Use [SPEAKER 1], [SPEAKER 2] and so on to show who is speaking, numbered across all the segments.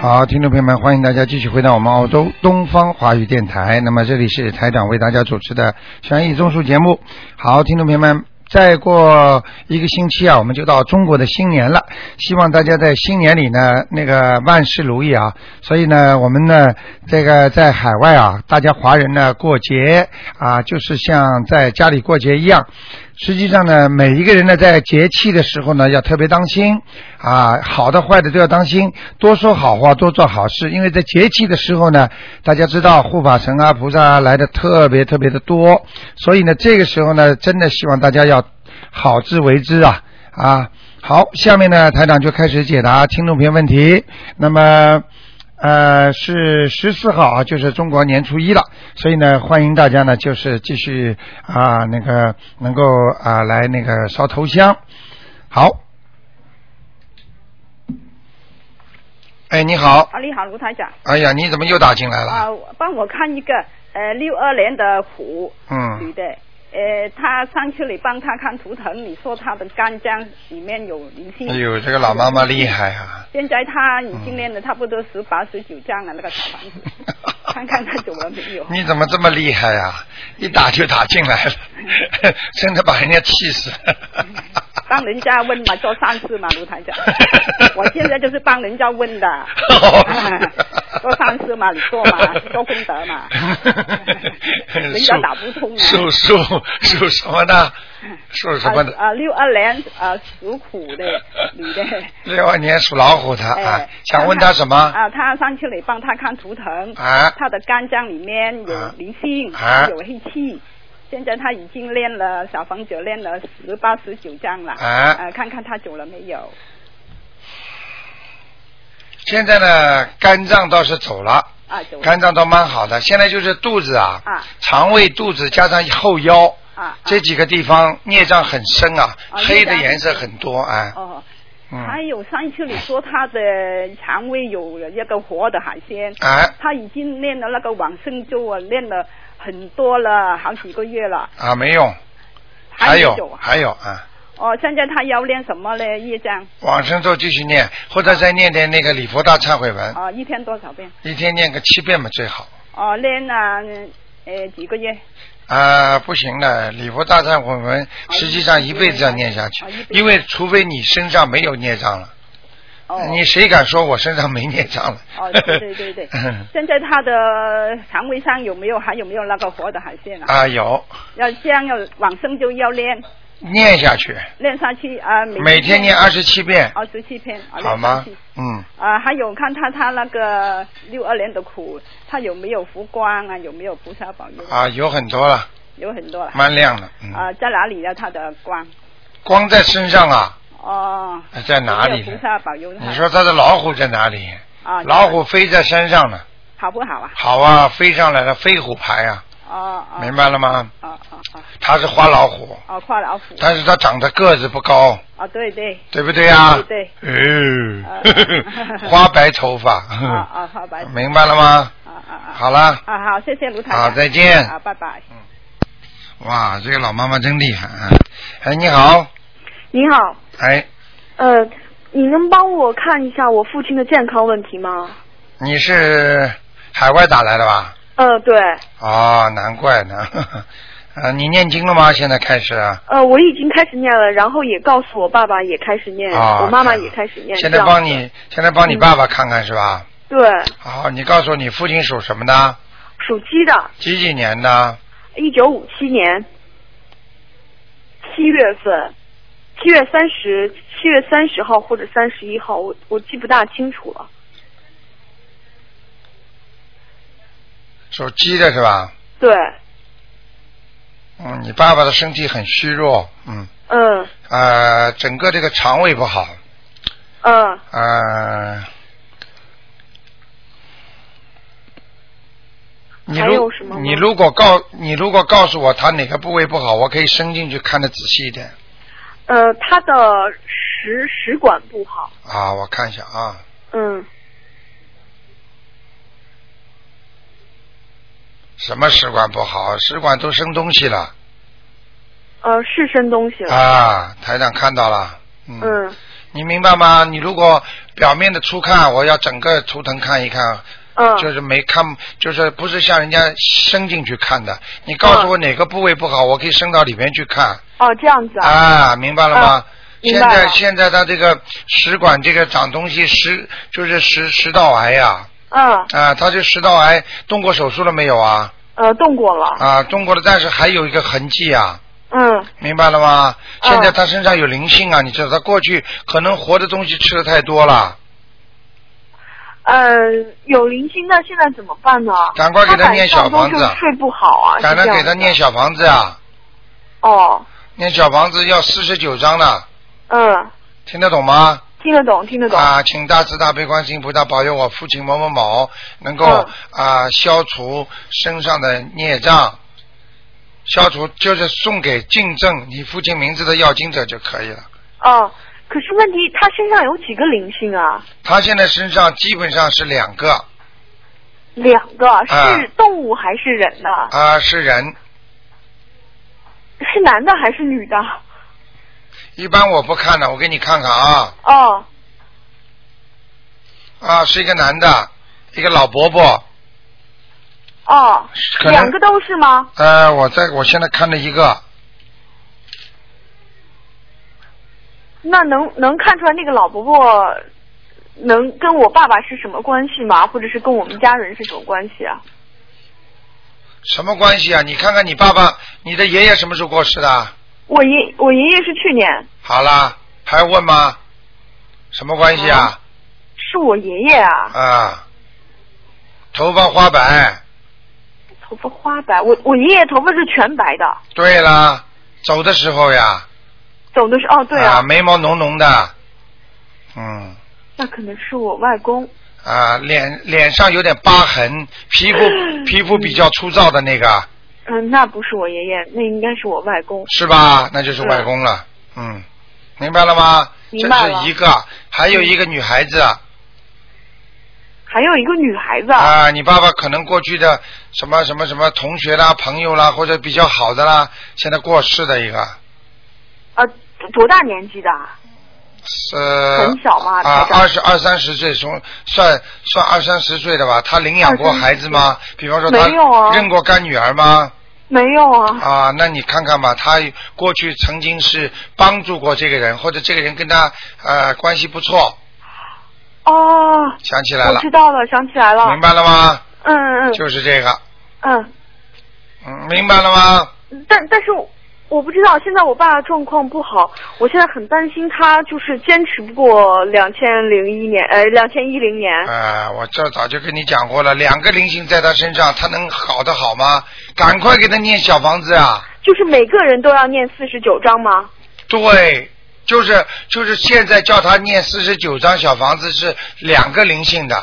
[SPEAKER 1] 好，听众朋友们，欢迎大家继续回到我们澳洲东方华语电台。那么这里是台长为大家主持的悬疑综述节目。好，听众朋友们，再过一个星期啊，我们就到中国的新年了。希望大家在新年里呢，那个万事如意啊。所以呢，我们呢，这个在海外啊，大家华人呢过节啊，就是像在家里过节一样。实际上呢，每一个人呢，在节气的时候呢，要特别当心啊，好的坏的都要当心，多说好话，多做好事。因为在节气的时候呢，大家知道护法神啊、菩萨啊来的特别特别的多，所以呢，这个时候呢，真的希望大家要好自为之啊啊！好，下面呢，台长就开始解答听众朋友问题。那么。呃，是十四号啊，就是中国年初一了，所以呢，欢迎大家呢，就是继续啊，那个能够啊来那个烧头香。好，哎，你好，
[SPEAKER 2] 啊，你好，卢台长。
[SPEAKER 1] 哎呀，你怎么又打进来了？
[SPEAKER 2] 啊，帮我看一个呃六二年的虎女
[SPEAKER 1] 嗯，
[SPEAKER 2] 的，呃，她上次你帮她看图腾，你说她的肝脏里面有灵性。
[SPEAKER 1] 哎呦，这个老妈妈厉害啊！
[SPEAKER 2] 现在她已经练了差不多十八十九章了，那个小 房子，看看她走了没有？
[SPEAKER 1] 你怎么这么厉害啊？一打就打进来了， 真的把人家气死了。
[SPEAKER 2] 帮人家问嘛，做善事嘛，卢台 长。我现在就是帮人家问的，
[SPEAKER 1] 哦
[SPEAKER 2] 哎做善事嘛，你做嘛，做功德 嘛。人家打不通啊
[SPEAKER 1] 属属属属什么的？属什么的？
[SPEAKER 2] 啊，六二年啊，属虎 的女的。
[SPEAKER 1] 六二年属老虎的啊
[SPEAKER 2] 哎，，
[SPEAKER 1] 想问他什么？
[SPEAKER 2] 啊，他上次你帮他看图腾，
[SPEAKER 1] 啊
[SPEAKER 2] 他的肝脏里面有灵性，
[SPEAKER 1] 啊
[SPEAKER 2] 有黑气。现在他已经练了小房子，练了十八十九章了。
[SPEAKER 1] 啊
[SPEAKER 2] 呃，看看他走了没有？
[SPEAKER 1] 现在呢，肝脏倒是走了，
[SPEAKER 2] 啊，走了。
[SPEAKER 1] 肝脏倒蛮好的。现在就是肚子啊
[SPEAKER 2] 啊，
[SPEAKER 1] 肠胃、肚子加上后腰
[SPEAKER 2] 啊，
[SPEAKER 1] 这几个地方孽障很深啊，
[SPEAKER 2] 啊
[SPEAKER 1] 黑
[SPEAKER 2] 孽
[SPEAKER 1] 的
[SPEAKER 2] 障
[SPEAKER 1] 颜色很多啊。
[SPEAKER 2] 哦，还
[SPEAKER 1] 嗯，
[SPEAKER 2] 有上次你说他的肠胃有一个活的海鲜，
[SPEAKER 1] 啊
[SPEAKER 2] 他已经练了那个往生咒啊，练了很多了，好几个月了。
[SPEAKER 1] 啊，没用，还
[SPEAKER 2] 还没走
[SPEAKER 1] 有
[SPEAKER 2] 啊
[SPEAKER 1] 还有啊，
[SPEAKER 2] 哦，现在他要练什么呢？业障
[SPEAKER 1] 往生咒继续念，或者再念点那个礼佛大忏悔文，
[SPEAKER 2] 啊、一天多少遍？
[SPEAKER 1] 一天念个七遍嘛最好。
[SPEAKER 2] 哦，练啊，呃，几个月？
[SPEAKER 1] 啊，不行的，礼佛大忏悔文实际上一辈子要念下去
[SPEAKER 2] 哦啊一辈，子
[SPEAKER 1] 因为除非你身上没有孽障了，
[SPEAKER 2] 哦，
[SPEAKER 1] 啊你谁敢说我身上没孽障了？。
[SPEAKER 2] 哦，对对对对现在他的肠胃上有没有还有没有那个活的海鲜啊？
[SPEAKER 1] 啊，有
[SPEAKER 2] 要这样要往生就要练，
[SPEAKER 1] 念下去，
[SPEAKER 2] 练下去啊，
[SPEAKER 1] 每天念二十七遍，
[SPEAKER 2] 二十七篇，啊
[SPEAKER 1] 好吗？嗯，
[SPEAKER 2] 啊，还有看他他那个六二年的苦，他有没有福光啊？有没有菩萨保佑？
[SPEAKER 1] 啊，有很多了，
[SPEAKER 2] 有很多了。
[SPEAKER 1] 蛮亮的，嗯，
[SPEAKER 2] 啊，在哪里呢？他的光？
[SPEAKER 1] 光在身上啊，
[SPEAKER 2] 哦，
[SPEAKER 1] 在哪里
[SPEAKER 2] 有没有
[SPEAKER 1] 呢
[SPEAKER 2] 菩？萨保佑他。
[SPEAKER 1] 你说他的老虎在哪里？
[SPEAKER 2] 啊，
[SPEAKER 1] 老虎飞在山上呢，
[SPEAKER 2] 好不好啊？
[SPEAKER 1] 好啊，飞上来了，飞虎牌啊，
[SPEAKER 2] 哦哦。
[SPEAKER 1] 明白了吗？
[SPEAKER 2] 哦哦哦
[SPEAKER 1] 它是花老虎，
[SPEAKER 2] 哦，跨老虎。
[SPEAKER 1] 但是它长得个子不高。
[SPEAKER 2] 啊，对对。
[SPEAKER 1] 对不对啊呀、
[SPEAKER 2] 对
[SPEAKER 1] 嗯，
[SPEAKER 2] 呃
[SPEAKER 1] 花白头发。
[SPEAKER 2] 啊啊，好白。
[SPEAKER 1] 明白了吗？
[SPEAKER 2] 啊啊啊。。
[SPEAKER 1] 好啦，
[SPEAKER 2] 啊好，谢谢卢台长。
[SPEAKER 1] 好再见嗯
[SPEAKER 2] 啊，拜拜。
[SPEAKER 1] 哇，这个老妈妈真厉害啊！哎，你好，
[SPEAKER 3] 你好，
[SPEAKER 1] 哎，
[SPEAKER 3] 呃，你能帮我看一下我父亲的健康问题吗？
[SPEAKER 1] 你是海外打来的吧？
[SPEAKER 3] 呃，对，
[SPEAKER 1] 哦，难怪呢。 啊，你念经了吗？现在开始啊？
[SPEAKER 3] 呃，我已经开始念了，然后也告诉我爸爸也开始念，
[SPEAKER 1] 啊
[SPEAKER 3] 我妈妈
[SPEAKER 1] 太好
[SPEAKER 3] 也开始念。
[SPEAKER 1] 现在
[SPEAKER 3] 这样
[SPEAKER 1] 帮你，现在帮你爸爸看看是吧？
[SPEAKER 3] 对，
[SPEAKER 1] 好，你告诉我你父亲属什么的？
[SPEAKER 3] 属鸡的，
[SPEAKER 1] 几几年的？
[SPEAKER 3] 一九五七年七月份，七月三十，七月三十号或者三十一号，我我记不大清楚了。
[SPEAKER 1] 属鸡的是吧？
[SPEAKER 3] 对，
[SPEAKER 1] 嗯，你爸爸的身体很虚弱，嗯，
[SPEAKER 3] 嗯
[SPEAKER 1] 呃，整个这个肠胃不好，
[SPEAKER 3] 嗯
[SPEAKER 1] 呃，你
[SPEAKER 3] 还
[SPEAKER 1] 如
[SPEAKER 3] 有什么吗
[SPEAKER 1] 你如果告你如果告诉我他哪个部位不好，我可以伸进去看的仔细一点
[SPEAKER 3] 呃，他的食食管不好，
[SPEAKER 1] 啊，我看一下啊，
[SPEAKER 3] 嗯，
[SPEAKER 1] 什么食管不好，食管都生东西了啊
[SPEAKER 3] 呃，是生东西了，
[SPEAKER 1] 啊，台长看到了，嗯，
[SPEAKER 3] 嗯
[SPEAKER 1] 你明白吗？你如果表面的粗看，我要整个图腾看一看，
[SPEAKER 3] 嗯，
[SPEAKER 1] 就是没看，就是不是像人家伸进去看的。你告
[SPEAKER 3] 嗯
[SPEAKER 1] 诉我哪个部位不好，我可以伸到里面去看
[SPEAKER 3] 哦，这样子啊，
[SPEAKER 1] 啊，明白了吗？现
[SPEAKER 3] 明白
[SPEAKER 1] 在
[SPEAKER 3] 了
[SPEAKER 1] 现在他这个食管这个长东西食就是食食道癌呀
[SPEAKER 3] 嗯，
[SPEAKER 1] 啊，他这食道癌动过手术了没有啊？
[SPEAKER 3] 呃，动过了，
[SPEAKER 1] 啊，动过了，但是还有一个痕迹啊。
[SPEAKER 3] 嗯，
[SPEAKER 1] 明白了吗？
[SPEAKER 3] 嗯
[SPEAKER 1] 现在他身上有灵性啊，你知道他过去可能活的东西吃的太多了，
[SPEAKER 3] 呃，有灵性，那现在怎么办呢？
[SPEAKER 1] 赶快给他念小房子
[SPEAKER 3] 晚上都是睡不好啊，
[SPEAKER 1] 赶快
[SPEAKER 3] 是这样
[SPEAKER 1] 给
[SPEAKER 3] 子
[SPEAKER 1] 他念小房子啊，
[SPEAKER 3] 哦，
[SPEAKER 1] 念小房子要四十九章了，
[SPEAKER 3] 嗯，
[SPEAKER 1] 听得懂吗？
[SPEAKER 3] 听得懂，听得懂，
[SPEAKER 1] 啊，请大慈大悲观世音菩萨保佑我父亲某某某能够
[SPEAKER 3] 嗯
[SPEAKER 1] 啊消除身上的孽障，消除就是送给敬正你父亲名字的要经者就可以了。
[SPEAKER 3] 哦，可是问题他身上有几个灵性啊？
[SPEAKER 1] 他现在身上基本上是两个
[SPEAKER 3] 两个是
[SPEAKER 1] 嗯
[SPEAKER 3] 动物还是人呢？
[SPEAKER 1] 啊，是人。
[SPEAKER 3] 是男的还是女的？
[SPEAKER 1] 一般我不看的，我给你看看啊。
[SPEAKER 3] 哦，
[SPEAKER 1] 啊，是一个男的，一个老伯伯。
[SPEAKER 3] 哦
[SPEAKER 1] 可，能
[SPEAKER 3] 两个都是吗？
[SPEAKER 1] 呃，我在我现在看了一个，
[SPEAKER 3] 那能能看出来那个老伯伯能跟我爸爸是什么关系吗？或者是跟我们家人是什么关系啊？
[SPEAKER 1] 什么关系啊？你看看你爸爸，你的爷爷什么时候过世的？
[SPEAKER 3] 我爷我爷爷是去年，
[SPEAKER 1] 好啦，还要问吗？什么关系啊？
[SPEAKER 3] 是我爷爷啊，
[SPEAKER 1] 啊，头发花白。
[SPEAKER 3] 头发花白，我我爷爷头发是全白的，
[SPEAKER 1] 对啦，走的时候呀，
[SPEAKER 3] 走的是哦对
[SPEAKER 1] 啊，
[SPEAKER 3] 啊，
[SPEAKER 1] 眉毛浓浓的，嗯，
[SPEAKER 3] 那可能是我外公，
[SPEAKER 1] 啊，脸脸上有点疤痕，皮肤皮肤比较粗糙的那个，
[SPEAKER 3] 嗯、那不是我爷爷，那应该是我外公，
[SPEAKER 1] 是吧？那就是外公了。嗯，明白了吗？
[SPEAKER 3] 明白
[SPEAKER 1] 这
[SPEAKER 3] 了
[SPEAKER 1] 是一个，还有一个女孩子、
[SPEAKER 3] 还有一个女孩子，
[SPEAKER 1] 啊，你爸爸可能过去的什么什么什么同学啦、朋友啦，或者比较好的啦，现在过世的一个，
[SPEAKER 3] 呃，多多大年纪的啊？
[SPEAKER 1] 是
[SPEAKER 3] 很小吗
[SPEAKER 1] 啊，
[SPEAKER 3] 台长
[SPEAKER 1] 二十二三十岁，从算算二三十岁的吧。他领养过
[SPEAKER 3] 二三十
[SPEAKER 1] 孩子吗？比方说他
[SPEAKER 3] 没有啊
[SPEAKER 1] 认过干女儿吗？
[SPEAKER 3] 没有啊，
[SPEAKER 1] 啊，那你看看吧，他过去曾经是帮助过这个人，或者这个人跟他呃关系不错，
[SPEAKER 3] 哦，
[SPEAKER 1] 想起来
[SPEAKER 3] 我
[SPEAKER 1] 了，
[SPEAKER 3] 知道了，想起来了
[SPEAKER 1] 明，白了吗？
[SPEAKER 3] 嗯嗯
[SPEAKER 1] 就是这个，
[SPEAKER 3] 嗯
[SPEAKER 1] 嗯，明白了吗？
[SPEAKER 3] 嗯，但但是我我不知道，现在我爸状况不好，我现在很担心他就是坚持不过两千零一年，呃，两千一零年，
[SPEAKER 1] 啊，我这早就跟你讲过了，两个灵性在他身上，他能好得好吗？赶快给他念小房子啊！
[SPEAKER 3] 就是每个人都要念四十九章吗？
[SPEAKER 1] 对，就是就是现在叫他念四十九张小房子是两个灵性的，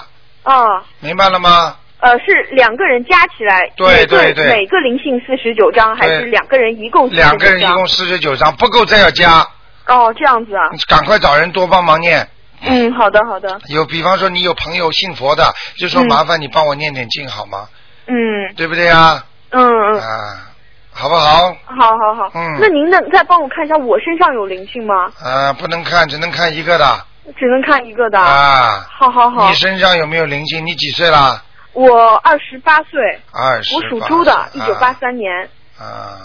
[SPEAKER 3] 啊，
[SPEAKER 1] 明白了吗？
[SPEAKER 3] 呃，是两个人加起来，
[SPEAKER 1] 对
[SPEAKER 3] 每个
[SPEAKER 1] 对对
[SPEAKER 3] 每个灵性四十九章，还是
[SPEAKER 1] 对
[SPEAKER 3] 两个人一共49章
[SPEAKER 1] 两个人一共四十九张，不够再要加，
[SPEAKER 3] 哦，这样子啊，
[SPEAKER 1] 你赶快找人多帮忙念。
[SPEAKER 3] 嗯，好的好的，
[SPEAKER 1] 有，比方说你有朋友信佛的，就说
[SPEAKER 3] 嗯
[SPEAKER 1] 麻烦你帮我念点经好吗？
[SPEAKER 3] 嗯
[SPEAKER 1] 对不对啊？
[SPEAKER 3] 嗯嗯，
[SPEAKER 1] 啊，好不好？
[SPEAKER 3] 好好好，
[SPEAKER 1] 嗯
[SPEAKER 3] 那您能再帮我看一下我身上有灵性吗？
[SPEAKER 1] 啊，不能看，只能看一个的
[SPEAKER 3] 只能看一个的，
[SPEAKER 1] 啊。
[SPEAKER 3] 好好好
[SPEAKER 1] 你，身上有没有灵性？你几岁啦？
[SPEAKER 3] 我二十八岁。
[SPEAKER 1] 二十。
[SPEAKER 3] 我属猪的，一九八。三年。
[SPEAKER 1] 啊，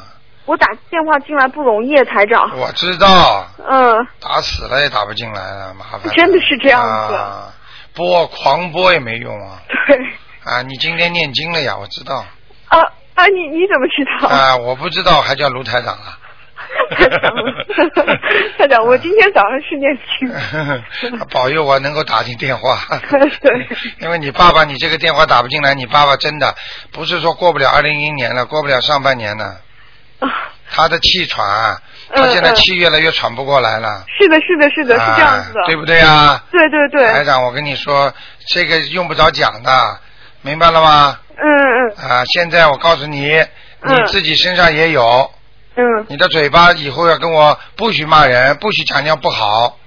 [SPEAKER 3] 我打电话进来不容易，台长。
[SPEAKER 1] 我知道，
[SPEAKER 3] 嗯，
[SPEAKER 1] 打死了也打不进来了，麻烦了。
[SPEAKER 3] 真的是这样子
[SPEAKER 1] 啊，播狂播也没用啊！
[SPEAKER 3] 对。
[SPEAKER 1] 啊，你今天念经了呀？我知道。
[SPEAKER 3] 啊啊，你你怎么知 道？
[SPEAKER 1] 啊，我不知道，还叫卢台长 啊？
[SPEAKER 3] 台长，台长，我今天早上是念经。。
[SPEAKER 1] 保佑我能够打进电话
[SPEAKER 3] 对。
[SPEAKER 1] 因为你爸爸，你这个电话打不进来，你爸爸真的不是说过不了二零一年了，过不了上半年 了。
[SPEAKER 3] 啊
[SPEAKER 1] 他的气喘，啊
[SPEAKER 3] 嗯
[SPEAKER 1] 他现在
[SPEAKER 3] 嗯
[SPEAKER 1] 气越来越喘不过来了。
[SPEAKER 3] 是的，是的，是的，是这样子的
[SPEAKER 1] 啊。对不对啊？
[SPEAKER 3] 对对对，
[SPEAKER 1] 台长，我跟你说，这个用不着讲的，明白了吗？
[SPEAKER 3] 嗯嗯
[SPEAKER 1] 啊，现在我告诉你，你
[SPEAKER 3] 嗯
[SPEAKER 1] 自己身上也有，
[SPEAKER 3] 嗯，
[SPEAKER 1] 你的嘴巴以后要跟我不许骂人，不许讲人家不好，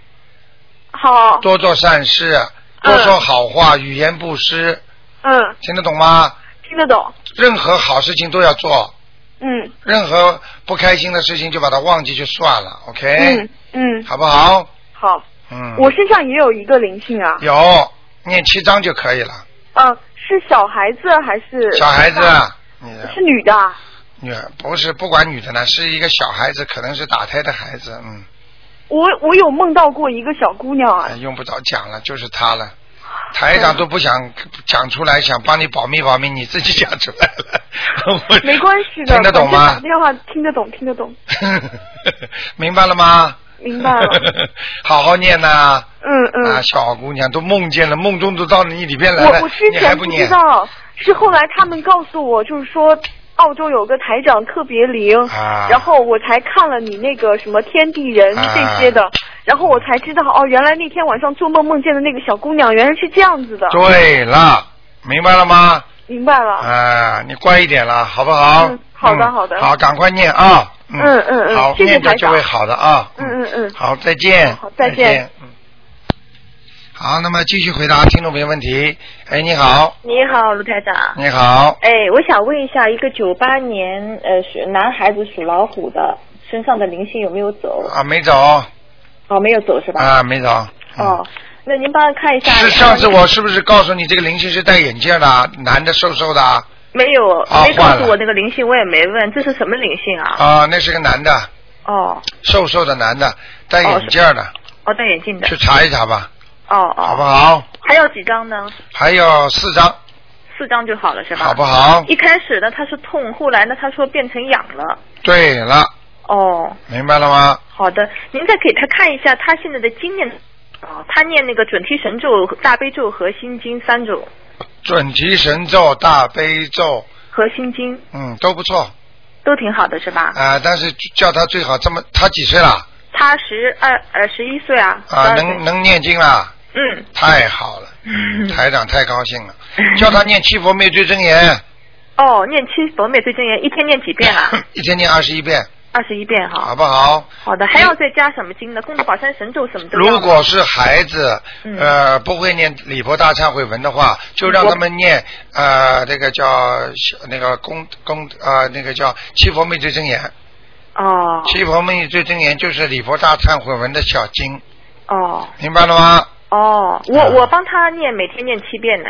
[SPEAKER 3] 好，
[SPEAKER 1] 多做善事，多说好话，语言不失，
[SPEAKER 3] 嗯，
[SPEAKER 1] 听得懂吗？
[SPEAKER 3] 听得懂，
[SPEAKER 1] 任何好事情都要做，
[SPEAKER 3] 嗯
[SPEAKER 1] 任何不开心的事情就把它忘记就算了，OK？
[SPEAKER 3] 嗯嗯，
[SPEAKER 1] 哎好不好？
[SPEAKER 3] 好，
[SPEAKER 1] 嗯，
[SPEAKER 3] 我身上也有一个灵性啊，
[SPEAKER 1] 有念七章就可以了。
[SPEAKER 3] 嗯，是小孩子还是
[SPEAKER 1] 小孩子，啊你的
[SPEAKER 3] 是女的啊，
[SPEAKER 1] 女儿嗯不是不管女的呢，是一个小孩子，可能是打胎的孩子，嗯，
[SPEAKER 3] 我我有梦到过一个小姑娘啊
[SPEAKER 1] 哎，用不着讲了，就是他了。台长都不想讲出来，想帮你保密保密，你自己讲出来 了。我
[SPEAKER 3] 没关系的，
[SPEAKER 1] 听得懂
[SPEAKER 3] 反正
[SPEAKER 1] 吗
[SPEAKER 3] 打？电话听得懂，听得懂，
[SPEAKER 1] 明白了吗？
[SPEAKER 3] 明白了。
[SPEAKER 1] 好好念呐、啊！
[SPEAKER 3] 嗯嗯，
[SPEAKER 1] 小姑娘都梦见了，梦中都到你里边来了，
[SPEAKER 3] 我我之
[SPEAKER 1] 你还
[SPEAKER 3] 前
[SPEAKER 1] 不
[SPEAKER 3] 不
[SPEAKER 1] 念
[SPEAKER 3] 知道，是后来他们告诉我，就是说澳洲有个台长特别灵，
[SPEAKER 1] 啊？
[SPEAKER 3] 然后我才看了你那个什么天地人
[SPEAKER 1] 啊
[SPEAKER 3] 这些的，然后我才知道哦，原来那天晚上做梦梦见的那个小姑娘原来是这样子的，
[SPEAKER 1] 对了，明白了吗？
[SPEAKER 3] 明白了。
[SPEAKER 1] 啊，你乖一点了，好不好？
[SPEAKER 3] 嗯好的
[SPEAKER 1] 嗯
[SPEAKER 3] 好的
[SPEAKER 1] 好，赶快念啊！
[SPEAKER 3] 嗯嗯嗯
[SPEAKER 1] 好，
[SPEAKER 3] 谢谢
[SPEAKER 1] 念着
[SPEAKER 3] 台
[SPEAKER 1] 就
[SPEAKER 3] 长
[SPEAKER 1] 会好的啊。
[SPEAKER 3] 嗯嗯嗯
[SPEAKER 1] 好，再见。
[SPEAKER 3] 好再见
[SPEAKER 1] 见。嗯。好，那么继续回答听众朋友问题。哎，你好，
[SPEAKER 4] 你好，卢台长。
[SPEAKER 1] 你好，
[SPEAKER 4] 哎，我想问一下，一个九八年呃属男孩子属老虎的身上的灵性有没有走？
[SPEAKER 1] 啊，没走
[SPEAKER 4] 哦，没有走是吧？
[SPEAKER 1] 啊，没走。嗯
[SPEAKER 4] 哦，那您帮他看一下。
[SPEAKER 1] 是上次我是不是告诉你这个灵性是戴眼镜的，男的瘦瘦的啊？
[SPEAKER 4] 没有、
[SPEAKER 1] 啊
[SPEAKER 4] 没告
[SPEAKER 1] 换
[SPEAKER 4] 诉
[SPEAKER 1] 了
[SPEAKER 4] 我那个灵性，我也没问这是什么灵性啊？
[SPEAKER 1] 啊，那是个男的，
[SPEAKER 4] 哦
[SPEAKER 1] 瘦瘦的男的，戴眼镜的，
[SPEAKER 4] 哦，戴眼镜的
[SPEAKER 1] 去。查一查吧，
[SPEAKER 4] 哦
[SPEAKER 1] 好不
[SPEAKER 4] 哦，
[SPEAKER 1] 好？
[SPEAKER 4] 还有几张呢？
[SPEAKER 1] 还有四张，
[SPEAKER 4] 四张就好了是吧？
[SPEAKER 1] 好不好？
[SPEAKER 4] 一开始呢他是痛，后来呢他说变成痒了。
[SPEAKER 1] 对了，
[SPEAKER 4] 哦，
[SPEAKER 1] 明白了吗？
[SPEAKER 4] 好的，您再给他看一下他现在的经念。哦，他念那个准提神咒、大悲咒和心经三种。
[SPEAKER 1] 准提神咒、大悲咒，
[SPEAKER 4] 和心经
[SPEAKER 1] 嗯，都不错啊、啊
[SPEAKER 4] 都挺好的是吧？
[SPEAKER 1] 但是叫他最好这么，他几岁了？
[SPEAKER 4] 他十二呃十一岁啊，十
[SPEAKER 1] 啊，
[SPEAKER 4] 二岁
[SPEAKER 1] 能嗯能念经了，
[SPEAKER 4] 嗯
[SPEAKER 1] 太好了，台长太高兴了，叫他念七佛灭罪真言，
[SPEAKER 4] 哦，念七佛灭罪真言一天念几 遍啊？
[SPEAKER 1] 一天念二十一遍，
[SPEAKER 4] 二十一遍
[SPEAKER 1] 好
[SPEAKER 4] 哈。
[SPEAKER 1] 不好？
[SPEAKER 4] 好的，还要再加什么经呢？功德宝山神咒什么都要吗
[SPEAKER 1] 如果是孩子，
[SPEAKER 4] 嗯
[SPEAKER 1] 呃，不会念礼佛大忏悔文的话，就让他们念
[SPEAKER 4] 嗯
[SPEAKER 1] 呃，那个叫那个功功呃，那个叫七佛灭罪真言。
[SPEAKER 4] 哦
[SPEAKER 1] 七佛灭罪真言就是礼佛大忏悔文的小经，
[SPEAKER 4] 哦
[SPEAKER 1] 明白了吗？
[SPEAKER 4] 哦，
[SPEAKER 1] 啊
[SPEAKER 4] 我我帮他念，每天念七遍呢。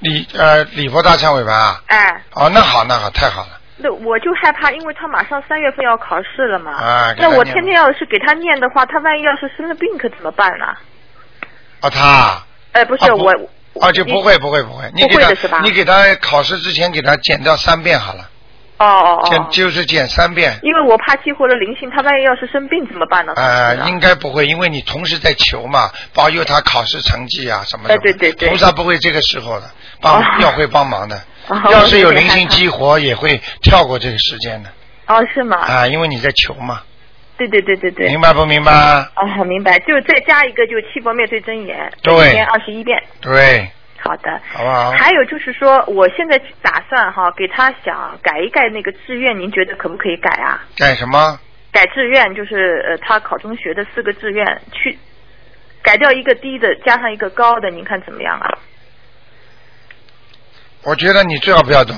[SPEAKER 1] 礼呃礼佛大忏悔文啊，
[SPEAKER 4] 哎，
[SPEAKER 1] 哦，那好那好，太好了，
[SPEAKER 4] 那我就害怕，因为他马上三月份要考试了嘛。
[SPEAKER 1] 啊给他
[SPEAKER 4] 那我
[SPEAKER 1] 念吧
[SPEAKER 4] 天天要是给他念的话，他万一要是生了病可怎么办呢？
[SPEAKER 1] 哦他啊。
[SPEAKER 4] 哎，不是、
[SPEAKER 1] 啊不
[SPEAKER 4] 我，
[SPEAKER 1] 啊，就不会不会不会，你
[SPEAKER 4] 不
[SPEAKER 1] 给
[SPEAKER 4] 会的
[SPEAKER 1] 他
[SPEAKER 4] 是吧
[SPEAKER 1] 你给他考试之前给他减掉三遍好了，
[SPEAKER 4] 哦哦哦，
[SPEAKER 1] 减、就是减三遍，
[SPEAKER 4] 因为我怕激活了灵性，他万一要是生病怎么办呢？
[SPEAKER 1] 啊、
[SPEAKER 4] 是不是
[SPEAKER 1] 应该不会，因为你同时在求嘛，保佑他考试成绩啊什么的。
[SPEAKER 4] 哎对对对
[SPEAKER 1] 菩萨不会这个时候的，帮、
[SPEAKER 4] 哦
[SPEAKER 1] 要会帮忙的。
[SPEAKER 4] 哦
[SPEAKER 1] 要是有灵
[SPEAKER 4] 我
[SPEAKER 1] 性
[SPEAKER 4] 有点害怕
[SPEAKER 1] 激活，也会跳过这个时间的
[SPEAKER 4] 哦，是吗？
[SPEAKER 1] 啊、因为你在求嘛，
[SPEAKER 4] 对对对对对。
[SPEAKER 1] 明白不明白？
[SPEAKER 4] 哦，我明白，就再加一个，就七佛灭罪真言，
[SPEAKER 1] 对
[SPEAKER 4] 每天二十一遍。
[SPEAKER 1] 对，
[SPEAKER 4] 好的。
[SPEAKER 1] 好不好？
[SPEAKER 4] 还有就是说，我现在打算哈，给他想改一改那个志愿，您觉得可不可以改啊？
[SPEAKER 1] 干什么？
[SPEAKER 4] 改志愿就是呃，他考中学的四个志愿去改掉一个低的，加上一个高的，您看怎么样啊？
[SPEAKER 1] 我觉得你最好不要动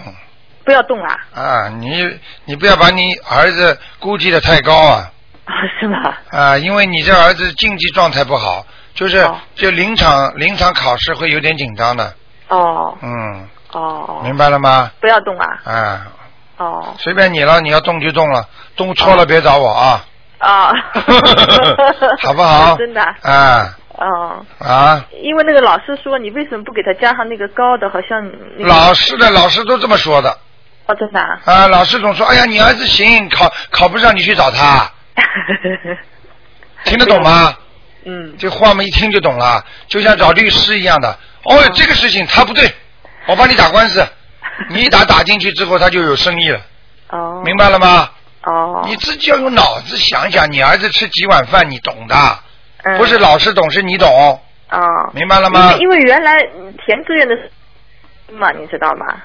[SPEAKER 4] 不要动啊，
[SPEAKER 1] 啊！你你不要把你儿子估计的太高啊
[SPEAKER 4] 啊、是吗？
[SPEAKER 1] 啊！因为你这儿子竞技状态不好，就是、
[SPEAKER 4] 哦
[SPEAKER 1] 就临场临场考试会有点紧张的，
[SPEAKER 4] 哦
[SPEAKER 1] 嗯，
[SPEAKER 4] 哦，
[SPEAKER 1] 明白了吗？
[SPEAKER 4] 不要动啊，
[SPEAKER 1] 啊，
[SPEAKER 4] 哦。
[SPEAKER 1] 随便你了，你要动就动了，动错了别找我啊，，
[SPEAKER 4] 啊
[SPEAKER 1] 好不好？
[SPEAKER 4] 真的，
[SPEAKER 1] 啊
[SPEAKER 4] 嗯，
[SPEAKER 1] 啊！
[SPEAKER 4] 因为那个老师说你为什么不给他加上那个高的，好像那个
[SPEAKER 1] 老师的老师都这么说的
[SPEAKER 4] 哦，真 的啊，
[SPEAKER 1] 啊，老师总说，哎呀，你儿子行，考考不上你去找 他，听得懂吗？
[SPEAKER 4] 嗯，
[SPEAKER 1] 这话我们一听就懂了，就像找律师一样的。
[SPEAKER 4] 嗯
[SPEAKER 1] 哦，这个事情他不对，我帮你打官司，你一打打进去之后，他就有生意了，
[SPEAKER 4] 哦，
[SPEAKER 1] 明白了吗？
[SPEAKER 4] 哦，
[SPEAKER 1] 你自己要用脑子想想，你儿子吃几碗饭，你懂的，
[SPEAKER 4] 嗯
[SPEAKER 1] 不是老师懂，是你懂。
[SPEAKER 4] 哦，
[SPEAKER 1] 明白了吗
[SPEAKER 4] 因为因为原来嗯填志愿的是嘛，你知道吗？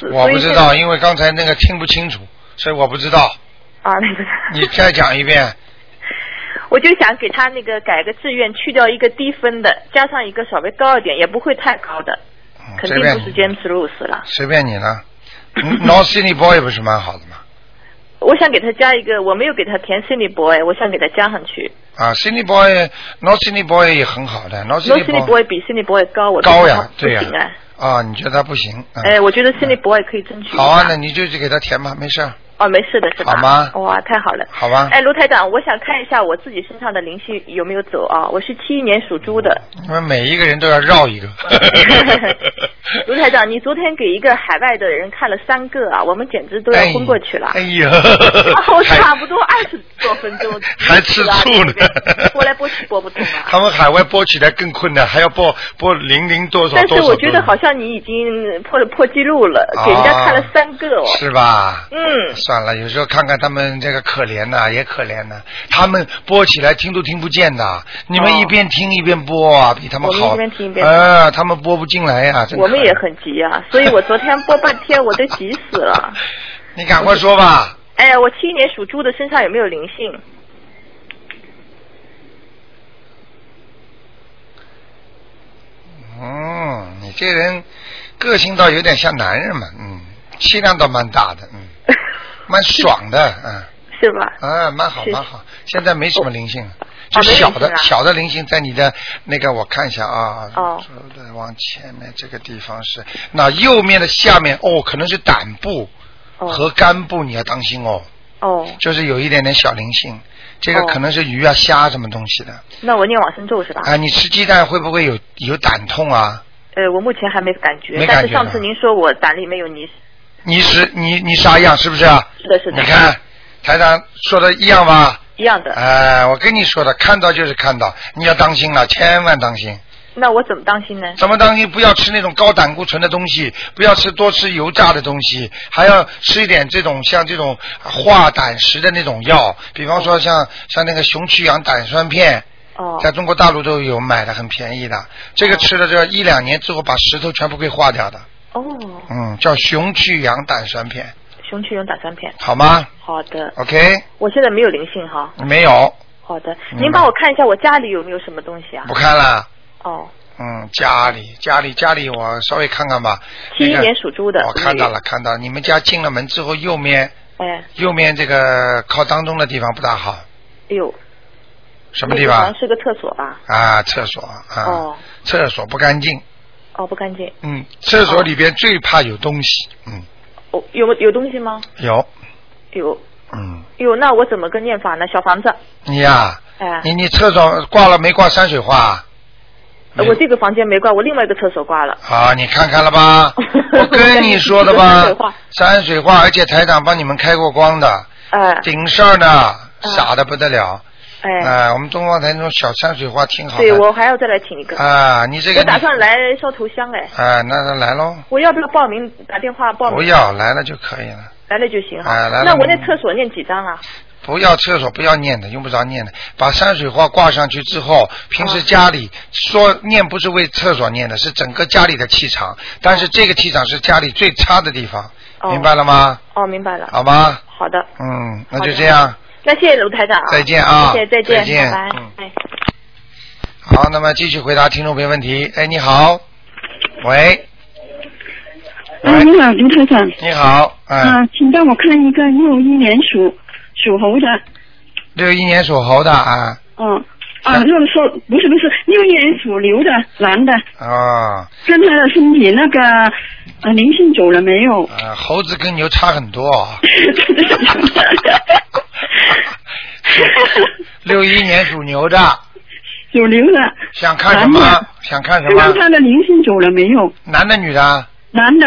[SPEAKER 4] 是
[SPEAKER 1] 我不知。
[SPEAKER 4] 所以现
[SPEAKER 1] 道，
[SPEAKER 4] 在
[SPEAKER 1] 因为刚才那个听不清楚，所以我不知道。
[SPEAKER 4] 啊，那个。
[SPEAKER 1] 你再讲一遍，
[SPEAKER 4] 我就想给他那个改个志愿，去掉一个低分的，加上一个稍微高一点，也不会太高的，
[SPEAKER 1] 嗯
[SPEAKER 4] 肯
[SPEAKER 1] 随
[SPEAKER 4] 定
[SPEAKER 1] 便
[SPEAKER 4] 不是
[SPEAKER 1] 你，
[SPEAKER 4] James Rose 了。
[SPEAKER 1] 随便你了。嗯 North City Boy 不是蛮好的吗？
[SPEAKER 4] 我我想给他加一个，我没有给他填 Cindy Boy，我想给他加上去。
[SPEAKER 1] 啊，City Boy，No City Boy 也很好的，No
[SPEAKER 4] No Cindy
[SPEAKER 1] City 哦 Boy
[SPEAKER 4] Boy 比 Cindy Boy 高，我觉得
[SPEAKER 1] 高
[SPEAKER 4] 他
[SPEAKER 1] 呀
[SPEAKER 4] 不，
[SPEAKER 1] 对呀
[SPEAKER 4] 行哎，，
[SPEAKER 1] 啊，你觉得他不行？嗯
[SPEAKER 4] 哎，我觉得 Cindy Boy 可以争取一下。
[SPEAKER 1] 好啊，那你就去给他填吧，没事儿，
[SPEAKER 4] 哦，没事的是吧？
[SPEAKER 1] 好吗啊
[SPEAKER 4] 哇，太好了。
[SPEAKER 1] 好吧？
[SPEAKER 4] 哎，卢台长，我想看一下我自己身上的灵性有没有走啊？我是七一年属 猪的。
[SPEAKER 1] 你们每一个人都要绕 一个。
[SPEAKER 4] 卢台长，你昨天给一个海外的人看了三个啊，我们简直都要昏过去了。
[SPEAKER 1] 哎 呀，
[SPEAKER 4] 啊，我
[SPEAKER 1] 还
[SPEAKER 4] 差不多二十多分钟，
[SPEAKER 1] 还吃醋呢
[SPEAKER 4] 对，拨来拨去拨不通啊。
[SPEAKER 1] 他们海外播起来更困难，还要播播零零多少
[SPEAKER 4] 但
[SPEAKER 1] 多
[SPEAKER 4] 是
[SPEAKER 1] 少。
[SPEAKER 4] 我觉
[SPEAKER 1] 多
[SPEAKER 4] 得
[SPEAKER 1] 少
[SPEAKER 4] 好像你已经破了破纪录了，给人家看了三个哦。
[SPEAKER 1] 是吧？
[SPEAKER 4] 嗯，
[SPEAKER 1] 算了，有时候看看他们这个可怜呐、也可怜呐、他们播起来听都听不见的，你们
[SPEAKER 4] 哦
[SPEAKER 1] 一边听一边播啊，比他们好。
[SPEAKER 4] 我们一边听一边播
[SPEAKER 1] 啊，他们播不进来呀、真
[SPEAKER 4] 我们
[SPEAKER 1] 可
[SPEAKER 4] 也
[SPEAKER 1] 怜
[SPEAKER 4] 很急啊，所以我昨天播半天，我都急死 了。
[SPEAKER 1] 你赶快说吧，
[SPEAKER 4] 哎，我七一年属猪的身上有没有灵性？
[SPEAKER 1] 嗯，你这人个性倒有点像男人嘛，嗯，气量倒蛮大的，嗯，蛮爽的，嗯。
[SPEAKER 4] 是吧？
[SPEAKER 1] 啊，蛮好
[SPEAKER 4] 是
[SPEAKER 1] 蛮好，现在没什么灵性，
[SPEAKER 4] 哦
[SPEAKER 1] 就
[SPEAKER 4] 没
[SPEAKER 1] 小
[SPEAKER 4] 灵
[SPEAKER 1] 的
[SPEAKER 4] 性啊
[SPEAKER 1] 小的灵性在你的那个我看一下啊，
[SPEAKER 4] 哦
[SPEAKER 1] 走的往前面这个地方是，那右面的下面哦，可能是胆部
[SPEAKER 4] 哦
[SPEAKER 1] 和肝部，你要当心哦，
[SPEAKER 4] 哦，
[SPEAKER 1] 就是有一点点小灵性，这个
[SPEAKER 4] 哦
[SPEAKER 1] 可能是鱼啊虾什么东西的，
[SPEAKER 4] 那我念往生咒是吧？
[SPEAKER 1] 啊，你吃鸡蛋会不会有有胆痛啊？
[SPEAKER 4] 呃，我目前还没感觉，
[SPEAKER 1] 没感觉
[SPEAKER 4] 但是上
[SPEAKER 1] 呢
[SPEAKER 4] 次您说我胆里面有泥，
[SPEAKER 1] 你是你你啥样是不是啊？
[SPEAKER 4] 是的，是的，
[SPEAKER 1] 你看台长说的一样吧？
[SPEAKER 4] 一样的。
[SPEAKER 1] 哎、我跟你说的，看到就是看到，你要当心了，千万当心。
[SPEAKER 4] 那我怎么当心呢？
[SPEAKER 1] 咱们当心不要吃那种高胆固醇的东西，不要吃多吃油炸的东西，还要吃一点这种像这种化胆石的那种药，比方说像像那个熊曲氧胆酸片，
[SPEAKER 4] 哦
[SPEAKER 1] 在中国大陆都有买的，很便宜的。这个吃了这一两年之后，把石头全部给化掉的。
[SPEAKER 4] 哦，
[SPEAKER 1] 嗯，叫熊曲氧胆酸片，
[SPEAKER 4] 熊去用胆酸片。
[SPEAKER 1] 好吗
[SPEAKER 4] 好的，
[SPEAKER 1] ？OK，
[SPEAKER 4] 我现在没有灵性哈。
[SPEAKER 1] 没有，
[SPEAKER 4] 好的，
[SPEAKER 1] 嗯
[SPEAKER 4] 您帮我看一下我家里有没有什么东西啊
[SPEAKER 1] 不？看了。
[SPEAKER 4] 哦，
[SPEAKER 1] 嗯，家里家里家里，我稍微看看吧。
[SPEAKER 4] 七一
[SPEAKER 1] 那个
[SPEAKER 4] 年属猪的。嗯
[SPEAKER 1] 我看到了，看到了你们家进了门之后，右面
[SPEAKER 4] 哎。哎，
[SPEAKER 1] 右面这个靠当中的地方不大好，
[SPEAKER 4] 哎呦，
[SPEAKER 1] 什么
[SPEAKER 4] 那
[SPEAKER 1] 地
[SPEAKER 4] 个好
[SPEAKER 1] 方
[SPEAKER 4] 像？是个厕所吧？
[SPEAKER 1] 啊，厕所啊，
[SPEAKER 4] 哦
[SPEAKER 1] 厕所不干净，
[SPEAKER 4] 哦，不干净。
[SPEAKER 1] 嗯，厕所里边最怕有东西，嗯，
[SPEAKER 4] 哦，有有东西吗？
[SPEAKER 1] 有，
[SPEAKER 4] 有
[SPEAKER 1] 嗯，
[SPEAKER 4] 有，那我怎么个念法呢？小房子，
[SPEAKER 1] 你呀、
[SPEAKER 4] 哎，
[SPEAKER 1] 你你厕所挂了没挂山水画啊？
[SPEAKER 4] 呃我这个房间没挂，我另外一个厕所挂了。？
[SPEAKER 1] 啊，你看看了吧 我跟你说的
[SPEAKER 4] 山水
[SPEAKER 1] 吧
[SPEAKER 4] 画，
[SPEAKER 1] 山水画，而且台长帮你们开过光的，
[SPEAKER 4] 哎
[SPEAKER 1] 顶事儿呢，傻的不得了。
[SPEAKER 4] 啊哎，
[SPEAKER 1] 啊，我们东方台那种小山水画挺好
[SPEAKER 4] 对
[SPEAKER 1] 的。
[SPEAKER 4] 我还要再来请一个。
[SPEAKER 1] 啊，你这个
[SPEAKER 4] 我打
[SPEAKER 1] 你
[SPEAKER 4] 算来烧头香哎，
[SPEAKER 1] 啊，那那来喽，
[SPEAKER 4] 我要不要报名打电话报
[SPEAKER 1] 不
[SPEAKER 4] 名？
[SPEAKER 1] 要来了就可以了，
[SPEAKER 4] 来了就行哈。
[SPEAKER 1] 哎来了
[SPEAKER 4] 那我那厕所念几张啊？
[SPEAKER 1] 不要厕所不要念的，用不着念的。把山水画挂上去之后，平时家
[SPEAKER 4] 哦
[SPEAKER 1] 里说念不是为厕所念的，是整个家里的气场，但是这个气场是家里最差的地方，
[SPEAKER 4] 哦
[SPEAKER 1] 明白了吗？
[SPEAKER 4] 哦，明白了。
[SPEAKER 1] 好吗？
[SPEAKER 4] 好的，
[SPEAKER 1] 嗯，那
[SPEAKER 4] 好
[SPEAKER 1] 就
[SPEAKER 4] 的
[SPEAKER 1] 这样。
[SPEAKER 4] 那谢谢卢台长啊。
[SPEAKER 1] 再见啊
[SPEAKER 4] 谢谢，再见，
[SPEAKER 1] 再见
[SPEAKER 4] 拜拜
[SPEAKER 1] 嗯。
[SPEAKER 4] 哎
[SPEAKER 1] 好，那么继续回答听众朋友问题。哎，你好，喂，
[SPEAKER 5] 哎，
[SPEAKER 1] 喂，
[SPEAKER 5] 你好，卢科长。
[SPEAKER 1] 你好，嗯，
[SPEAKER 5] 啊，请帮我看一个六一年属属猴的，
[SPEAKER 1] 六一年属猴的啊，
[SPEAKER 5] 哦，啊，六说不是不是，六一年属牛的男的，
[SPEAKER 1] 啊，
[SPEAKER 5] 跟他的身体那个呃灵性走了没有？
[SPEAKER 1] 啊，猴子跟牛差很多啊。 六一年属牛的，
[SPEAKER 5] 属牛的，
[SPEAKER 1] 想看什么
[SPEAKER 5] 男的？
[SPEAKER 1] 想看什
[SPEAKER 5] 看看
[SPEAKER 1] 么？
[SPEAKER 5] 他的灵性走了没有？
[SPEAKER 1] 男的女啊的？
[SPEAKER 5] 男的，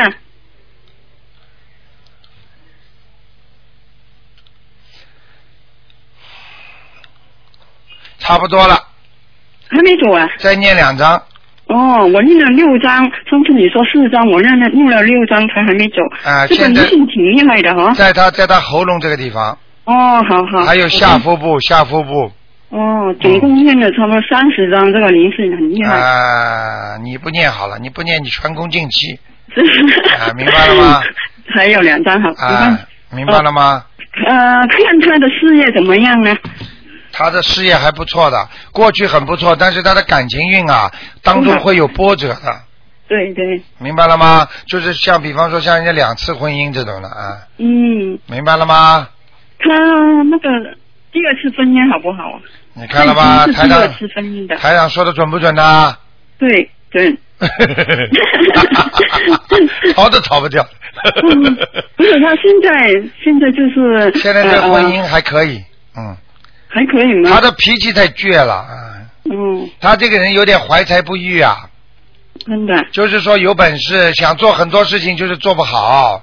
[SPEAKER 1] 差不多了，
[SPEAKER 5] 还没走啊？
[SPEAKER 1] 再念两张。
[SPEAKER 5] 哦，我念了六张，上次你说四张，我念了念了六张，他还没走。
[SPEAKER 1] 啊
[SPEAKER 5] 这个
[SPEAKER 1] 现
[SPEAKER 5] 灵
[SPEAKER 1] 在
[SPEAKER 5] 性挺厉害的哈、
[SPEAKER 1] 在他在他喉咙这个地方，
[SPEAKER 5] 哦，好啊好。
[SPEAKER 1] 还有下腹部下腹部
[SPEAKER 5] 哦，总共念了差不多三十张，这个灵性很厉害。
[SPEAKER 1] 啊，你不念好了，你不念你全功尽弃啊
[SPEAKER 5] 啊
[SPEAKER 1] 明白了吗？
[SPEAKER 5] 还有两张好，
[SPEAKER 1] 啊，明白了吗？
[SPEAKER 5] 呃，看他的事业怎么样呢？
[SPEAKER 1] 他的事业还不错的，过去很不错，但是他的感情运啊当中会有波折的，
[SPEAKER 5] 对对，
[SPEAKER 1] 明白了吗？就是像比方说像人家两次婚姻这种的啊，
[SPEAKER 5] 嗯，
[SPEAKER 1] 明白了吗？
[SPEAKER 5] 他那个第二次婚姻好不好啊？
[SPEAKER 1] 你看了吧，
[SPEAKER 5] 他
[SPEAKER 1] 台
[SPEAKER 5] 已经是第
[SPEAKER 1] 长
[SPEAKER 5] 二次婚姻的，
[SPEAKER 1] 台长说的准不准啊呐？
[SPEAKER 5] 对 对。
[SPEAKER 1] 逃都逃不掉。
[SPEAKER 5] 嗯，不是他现在现在就是
[SPEAKER 1] 现在这
[SPEAKER 5] 呃
[SPEAKER 1] 婚
[SPEAKER 5] 呃
[SPEAKER 1] 姻还可以，嗯，
[SPEAKER 5] 还可以吗？
[SPEAKER 1] 他的脾气太倔了，啊，
[SPEAKER 5] 嗯，
[SPEAKER 1] 他这个人有点怀才不遇啊，
[SPEAKER 5] 真的
[SPEAKER 1] 就是说有本事想做很多事情，就是做不好，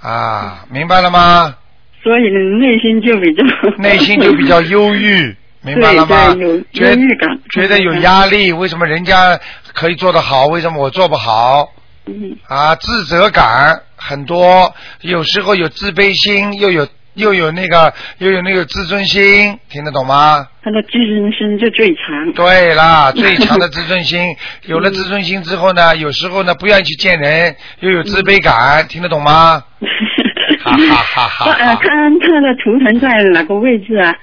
[SPEAKER 1] 啊，明白了吗？
[SPEAKER 5] 所以呢，内心就比较
[SPEAKER 1] 内心就比较忧 郁，明白了吗
[SPEAKER 5] 对对有？
[SPEAKER 1] 觉
[SPEAKER 5] 忧郁感嗯
[SPEAKER 1] 觉得有压力，为什么人家可以做得好，为什么我做不好？
[SPEAKER 5] 嗯
[SPEAKER 1] 啊，自责感很多，有时候有自卑心，又有又有那个又有那个自尊心，听得懂吗？
[SPEAKER 5] 他的自尊心就最强。
[SPEAKER 1] 对 啦，最强的自尊心，有了自尊心之后呢，有时候呢不愿意去见人，又有自卑感，听得懂 吗？哈哈哈哈哈
[SPEAKER 5] 嗯呃，看他的图腾在哪个位置啊？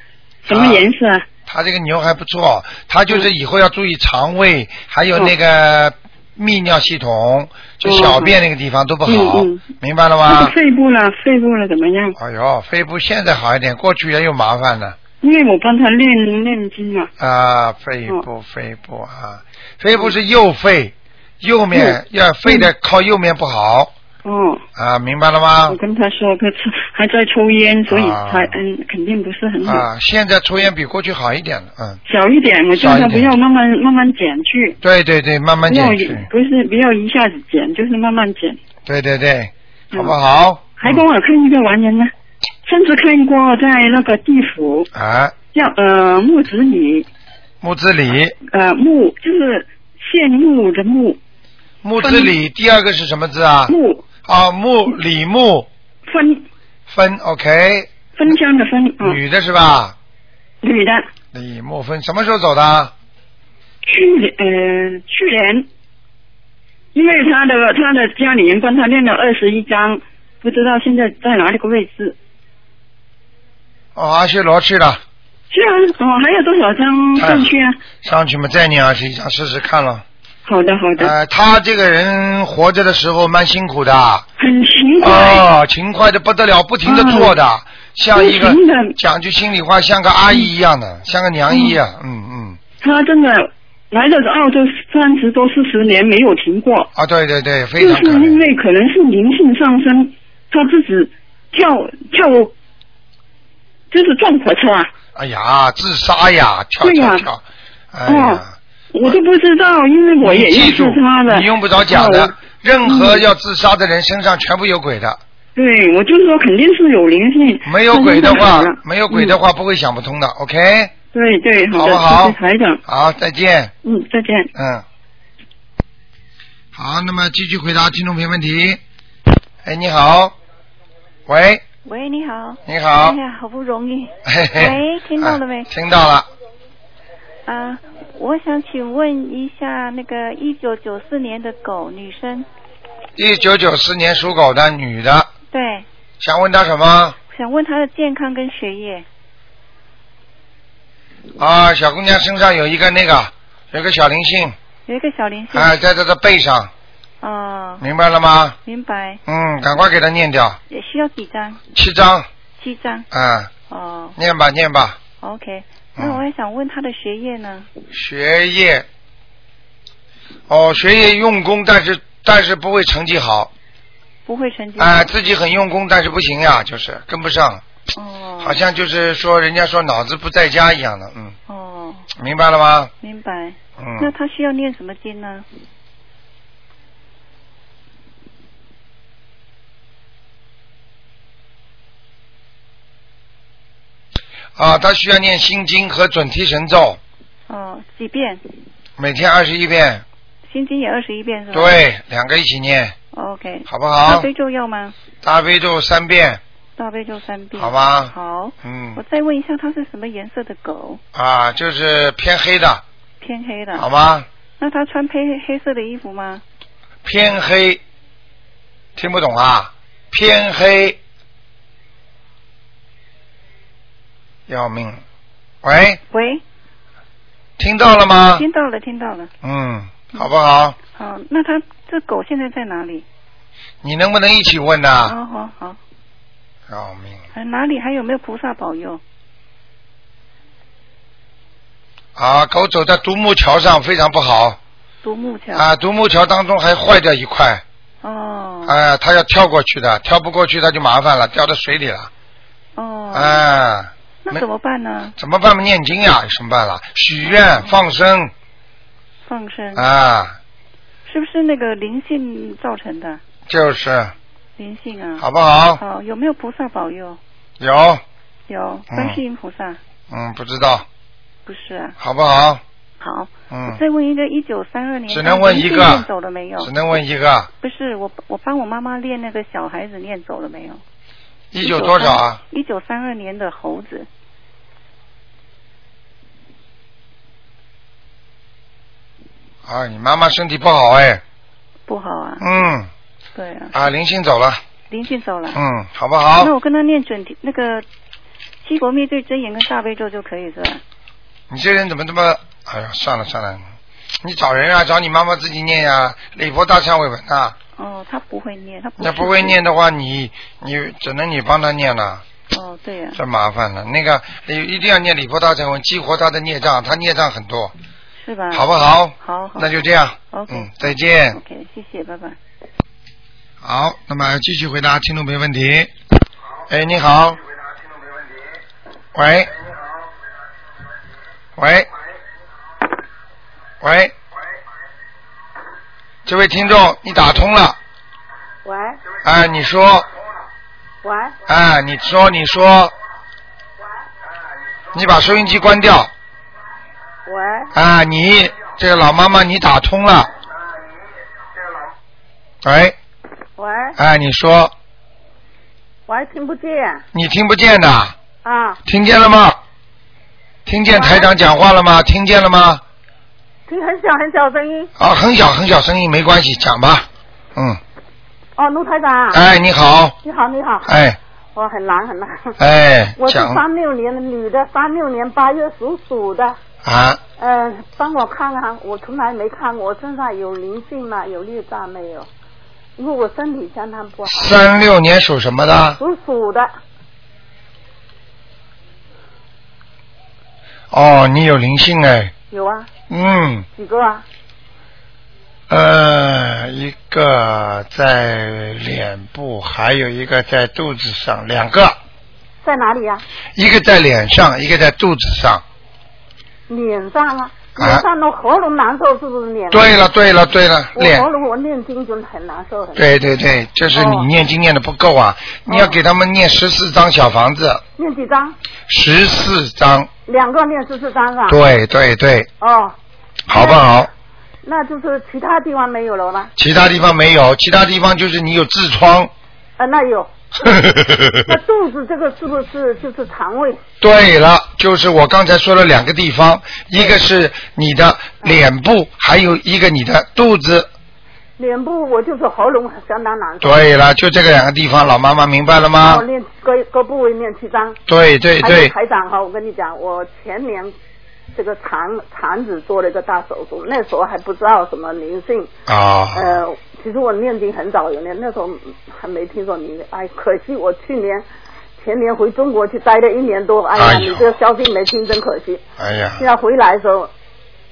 [SPEAKER 5] 什么颜色啊？
[SPEAKER 1] 他这个牛还不错，他就是
[SPEAKER 5] 嗯
[SPEAKER 1] 以后要注意肠胃，还有那个泌尿系统，就小便那个地方都不好
[SPEAKER 5] 嗯，
[SPEAKER 1] 明白了
[SPEAKER 5] 那
[SPEAKER 1] 吗
[SPEAKER 5] 个？肺部呢？肺部呢？怎么样？
[SPEAKER 1] 哎呦，肺部现在好一点，过去也有麻烦呢。
[SPEAKER 5] 因为我帮他练练经嘛。
[SPEAKER 1] 啊，肺
[SPEAKER 5] 嗯
[SPEAKER 1] 部，肺部啊，肺部是右肺，右
[SPEAKER 5] 嗯
[SPEAKER 1] 面要肺的靠右面不好
[SPEAKER 5] 哦，
[SPEAKER 1] 啊，明白了吗
[SPEAKER 5] 我？跟他说他抽还在抽烟，所以
[SPEAKER 1] 啊
[SPEAKER 5] 他嗯肯定不是很好。
[SPEAKER 1] 啊，现在抽烟比过去好一点了，嗯，
[SPEAKER 5] 小一点，我叫
[SPEAKER 1] 小
[SPEAKER 5] 他
[SPEAKER 1] 一
[SPEAKER 5] 不
[SPEAKER 1] 点
[SPEAKER 5] 要慢慢慢慢减去，
[SPEAKER 1] 对对对，慢慢
[SPEAKER 5] 不要
[SPEAKER 1] 减
[SPEAKER 5] 一
[SPEAKER 1] 去，
[SPEAKER 5] 不是不要一下子减，就是慢慢减。
[SPEAKER 1] 对对对，
[SPEAKER 5] 嗯
[SPEAKER 1] 好不好？
[SPEAKER 5] 还跟我看一个完人呢，甚至看过在那个地府
[SPEAKER 1] 啊，
[SPEAKER 5] 叫呃木子李
[SPEAKER 1] 木子李，
[SPEAKER 5] 呃木就是羡慕的木
[SPEAKER 1] 木子李，第二个是什么字啊？
[SPEAKER 5] 木
[SPEAKER 1] 啊，木李木
[SPEAKER 5] 分
[SPEAKER 1] 分，OK，
[SPEAKER 5] 分香的分啊、
[SPEAKER 1] 女的是吧？
[SPEAKER 5] 女的
[SPEAKER 1] 李木分什么时候走的？啊
[SPEAKER 5] 去年呃去年，因为他的他的家里人帮他练了二十一章，不知道现在在哪里个位置。
[SPEAKER 1] 哦，阿修罗去了，
[SPEAKER 5] 是啊，哦，还有多少张
[SPEAKER 1] 哎
[SPEAKER 5] 上去啊？
[SPEAKER 1] 上去嘛，再念二十一章试试看了。
[SPEAKER 5] 好的，好的，
[SPEAKER 1] 呃，他这个人活着的时候蛮辛苦的，
[SPEAKER 5] 很勤快。啊
[SPEAKER 1] 哦，勤快的不得了，不停的做的，像一个
[SPEAKER 5] 不停地
[SPEAKER 1] 讲句心里话，像个阿姨一样的，像个娘一样，嗯嗯，
[SPEAKER 5] 他真的来到澳洲三十多四十年没有停过，
[SPEAKER 1] 啊，对对对，非
[SPEAKER 5] 就
[SPEAKER 1] 常
[SPEAKER 5] 是
[SPEAKER 1] 可
[SPEAKER 5] 因
[SPEAKER 1] 能，
[SPEAKER 5] 为可能是灵性上升，他自己跳跳，就是撞火车啊！
[SPEAKER 1] 哎呀，自杀呀，跳
[SPEAKER 5] 对呀哦
[SPEAKER 1] 跳跳，哎呀，
[SPEAKER 5] 我都不知道，因为 我也
[SPEAKER 1] 你
[SPEAKER 5] 认
[SPEAKER 1] 记
[SPEAKER 5] 识
[SPEAKER 1] 住
[SPEAKER 5] 他的。
[SPEAKER 1] 你用不着讲
[SPEAKER 5] 哦
[SPEAKER 1] 的，任何要自杀的人身上全部有鬼的，
[SPEAKER 5] 对，我就说肯定是有灵性。
[SPEAKER 1] 没有鬼的话
[SPEAKER 5] 他就好了，
[SPEAKER 1] 没有鬼的。话不会想不通的，OK，
[SPEAKER 5] 嗯对对，
[SPEAKER 1] 好
[SPEAKER 5] 的，
[SPEAKER 1] 不好
[SPEAKER 5] 谢谢台长，
[SPEAKER 1] 好，再见。
[SPEAKER 5] 嗯，再见。
[SPEAKER 1] 嗯，好，那么继续回答听众朋友问题。哎，你好，喂，
[SPEAKER 6] 喂，你好。
[SPEAKER 1] 你好
[SPEAKER 6] 哎，呀，好不容易
[SPEAKER 1] 嘿嘿
[SPEAKER 6] 喂听到了没
[SPEAKER 1] 啊听到了，
[SPEAKER 6] 啊！我想请问一下，那个一九九四年的狗女生，
[SPEAKER 1] 一九九四年属狗的女的，
[SPEAKER 6] 对，
[SPEAKER 1] 想问她什么？
[SPEAKER 6] 想问她的健康跟学业。
[SPEAKER 1] 啊，小姑娘身上有一个那个，有个小灵性，
[SPEAKER 6] 有一个小灵性，
[SPEAKER 1] 啊，在她的背上，
[SPEAKER 6] 哦，
[SPEAKER 1] 啊明白了吗？
[SPEAKER 6] 明白，
[SPEAKER 1] 嗯，赶快给她念掉，
[SPEAKER 6] 也需要几张？
[SPEAKER 1] 七张，
[SPEAKER 6] 七张，
[SPEAKER 1] 啊，
[SPEAKER 6] 哦
[SPEAKER 1] 念吧念吧，
[SPEAKER 6] ，OK。
[SPEAKER 1] 嗯
[SPEAKER 6] 那我也想问她的学业呢？
[SPEAKER 1] 学业，哦，学业用功，但是但是不会成绩好，
[SPEAKER 6] 不会成绩好
[SPEAKER 1] 啊、自己很用功，但是不行呀、就是跟不上，
[SPEAKER 6] 哦，
[SPEAKER 1] 好像就是说人家说脑子不在家一样的，嗯，
[SPEAKER 6] 哦，
[SPEAKER 1] 明白了吗？
[SPEAKER 6] 明白。那
[SPEAKER 1] 嗯，
[SPEAKER 6] 她需要念什么经呢？
[SPEAKER 1] 啊，他需要念心经和准提神咒，
[SPEAKER 6] 哦，几遍？
[SPEAKER 1] 每天二十一遍，
[SPEAKER 6] 心经也二十一遍是吧？。
[SPEAKER 1] 对，两个一起念，
[SPEAKER 6] OK。
[SPEAKER 1] 好不
[SPEAKER 6] 大
[SPEAKER 1] 好？
[SPEAKER 6] 悲咒要吗？
[SPEAKER 1] 大悲咒三遍，
[SPEAKER 6] 大悲咒三遍。
[SPEAKER 1] 好吧
[SPEAKER 6] 好，我
[SPEAKER 1] 嗯，
[SPEAKER 6] 再问一下，它是什么颜色的狗？
[SPEAKER 1] 啊，就是偏黑的，
[SPEAKER 6] 偏黑的。
[SPEAKER 1] 好吗？
[SPEAKER 6] 那它穿黑黑色的衣服吗？
[SPEAKER 1] 偏黑，听不懂啊？偏黑，要命！喂，
[SPEAKER 6] 喂，
[SPEAKER 1] 听到了吗？
[SPEAKER 6] 听到了，听到了。
[SPEAKER 1] 嗯，好不好？
[SPEAKER 6] 好，那它这狗现在在哪里？
[SPEAKER 1] 你能不能一起问呐、啊
[SPEAKER 6] 哦，好好，
[SPEAKER 1] 饶命！
[SPEAKER 6] 哎、呃，哪里还有没有菩萨保佑？
[SPEAKER 1] 啊，狗走在独木桥上非常不好
[SPEAKER 6] 独木桥。
[SPEAKER 1] 啊，独木桥当中还坏掉一块，
[SPEAKER 6] 哦。
[SPEAKER 1] 啊，它要跳过去的，跳不过去它就麻烦了，掉到水里了，
[SPEAKER 6] 哦。
[SPEAKER 1] 啊，
[SPEAKER 6] 那怎么办呢？哦
[SPEAKER 1] 怎么办嘛？念经呀，有什么办法？许愿、放生
[SPEAKER 6] 放生、
[SPEAKER 1] 啊，
[SPEAKER 6] 是不是那个灵性造成的？
[SPEAKER 1] 就是
[SPEAKER 6] 灵性啊。
[SPEAKER 1] 好不好？
[SPEAKER 6] 哦，有没有菩萨保佑？
[SPEAKER 1] 有，
[SPEAKER 6] 有，观世音菩萨、
[SPEAKER 1] 嗯，不知道，
[SPEAKER 6] 不是啊。
[SPEAKER 1] 好不好？
[SPEAKER 6] 好，我
[SPEAKER 1] 嗯，
[SPEAKER 6] 再问一个，一九三二年，
[SPEAKER 1] 只能问一个
[SPEAKER 6] 念走了没有？
[SPEAKER 1] 只能问一个，
[SPEAKER 6] 不是我，我帮我妈妈练那个小孩子念走了没有？
[SPEAKER 1] 一九多少啊？？
[SPEAKER 6] 一九三二年的猴子，
[SPEAKER 1] 啊，你妈妈身体不好哎，
[SPEAKER 6] 不好啊。
[SPEAKER 1] 嗯，
[SPEAKER 6] 对啊，
[SPEAKER 1] 啊，灵性走了，
[SPEAKER 6] 灵性走了。
[SPEAKER 1] 嗯，好不好
[SPEAKER 6] 那？我跟他念准提那个七国灭罪真言跟大悲咒就可以是吧？
[SPEAKER 1] 你这人怎么这么……哎呀，算了算了，你找人啊，找你妈妈自己念呀、礼佛大忏悔文呐、
[SPEAKER 6] 哦，他不会念，他不
[SPEAKER 1] 你不会念的话，你你只能你帮他念了，
[SPEAKER 6] 哦，对呀、
[SPEAKER 1] 这麻烦了。那个一定要念礼佛大忏悔，激活他的孽障，他孽障很多，
[SPEAKER 6] 是吧？
[SPEAKER 1] 好不好？
[SPEAKER 6] 好好，
[SPEAKER 1] 那就这样，
[SPEAKER 6] OK
[SPEAKER 1] 嗯，再见。
[SPEAKER 6] OK，谢谢，拜拜。
[SPEAKER 1] 好，那么继续回答听众朋友问题。哎，你好。喂。喂。喂。这位听众，你打通了。
[SPEAKER 7] 喂
[SPEAKER 1] 哎，你说，
[SPEAKER 7] 喂，
[SPEAKER 1] 哎，你说，你说。你把收音机关掉。
[SPEAKER 7] 喂，
[SPEAKER 1] 啊，你这个老妈妈，你打通了。喂，
[SPEAKER 7] 喂，
[SPEAKER 1] 哎，你说，
[SPEAKER 7] 喂，听不见
[SPEAKER 1] 你听不见的。
[SPEAKER 7] 啊？
[SPEAKER 1] 听见了吗？听见台长讲话了吗？听见了吗？
[SPEAKER 7] 听很小很小声音。
[SPEAKER 1] 啊，很小很小声音，没关系，讲吧。嗯，
[SPEAKER 7] 哦，卢台长，
[SPEAKER 1] 哎，你好，
[SPEAKER 7] 你好，你好，
[SPEAKER 1] 哎
[SPEAKER 7] 我很难很难。
[SPEAKER 1] 哎
[SPEAKER 7] 我，是
[SPEAKER 1] 讲
[SPEAKER 7] 三六年的女的，三六年八月属鼠的。
[SPEAKER 1] 啊，
[SPEAKER 7] 呃，帮我看看，我从来没看过，我身上有灵性吗？有孽障没有？因为我身体相当不好，
[SPEAKER 1] 三六年属什么的？
[SPEAKER 7] 属鼠的。
[SPEAKER 1] 哦，你有灵性哎，
[SPEAKER 7] 有啊，
[SPEAKER 1] 嗯，
[SPEAKER 7] 几个啊？
[SPEAKER 1] 呃，一个在脸部，还有一个在肚子上，两个，
[SPEAKER 7] 在哪里呀、啊
[SPEAKER 1] 一个在脸上，一个在肚子上。
[SPEAKER 7] 脸上啊，
[SPEAKER 1] 啊
[SPEAKER 7] 脸上的喉咙难受，是不是脸？
[SPEAKER 1] 对了，对了，对了，
[SPEAKER 7] 我
[SPEAKER 1] 脸
[SPEAKER 7] 喉咙我念经就很难受的，
[SPEAKER 1] 啊对对对，就是你
[SPEAKER 7] 哦
[SPEAKER 1] 念经念的不够啊，你要给他们念十四张小房子，
[SPEAKER 7] 念几张？
[SPEAKER 1] 十四张，
[SPEAKER 7] 两个念十四张是吧？
[SPEAKER 1] 对对对，
[SPEAKER 7] 哦，
[SPEAKER 1] 好不好？
[SPEAKER 7] 那就是其他地方没有了吧？
[SPEAKER 1] 其他地方没有，其他地方就是你有痔疮，
[SPEAKER 7] 呃，那有。那肚子这个是不是就是肠胃？
[SPEAKER 1] 对了，就是我刚才说了两个地方，一个是你的脸部，还有一个你的肚子。
[SPEAKER 7] 脸部我就是喉咙相当难受。
[SPEAKER 1] 对了，就这个两个地方，老妈妈明白了吗
[SPEAKER 7] 我？练各各部位念七张。
[SPEAKER 1] 对对
[SPEAKER 7] 还有
[SPEAKER 1] 对，
[SPEAKER 7] 台长哈，我跟你讲，我前年这个肠肠子做了一个大手术，那时候还不知道什么灵性。
[SPEAKER 8] 哦
[SPEAKER 1] 啊，
[SPEAKER 7] 呃，其实我念经很早有念，那时候还没听说你。哎，可惜我去年、前年回中国去待了一年多。哎呀，
[SPEAKER 1] 哎呦
[SPEAKER 7] 你这个消息没听，真可惜。
[SPEAKER 1] 哎呀
[SPEAKER 7] 现，在回来的时候，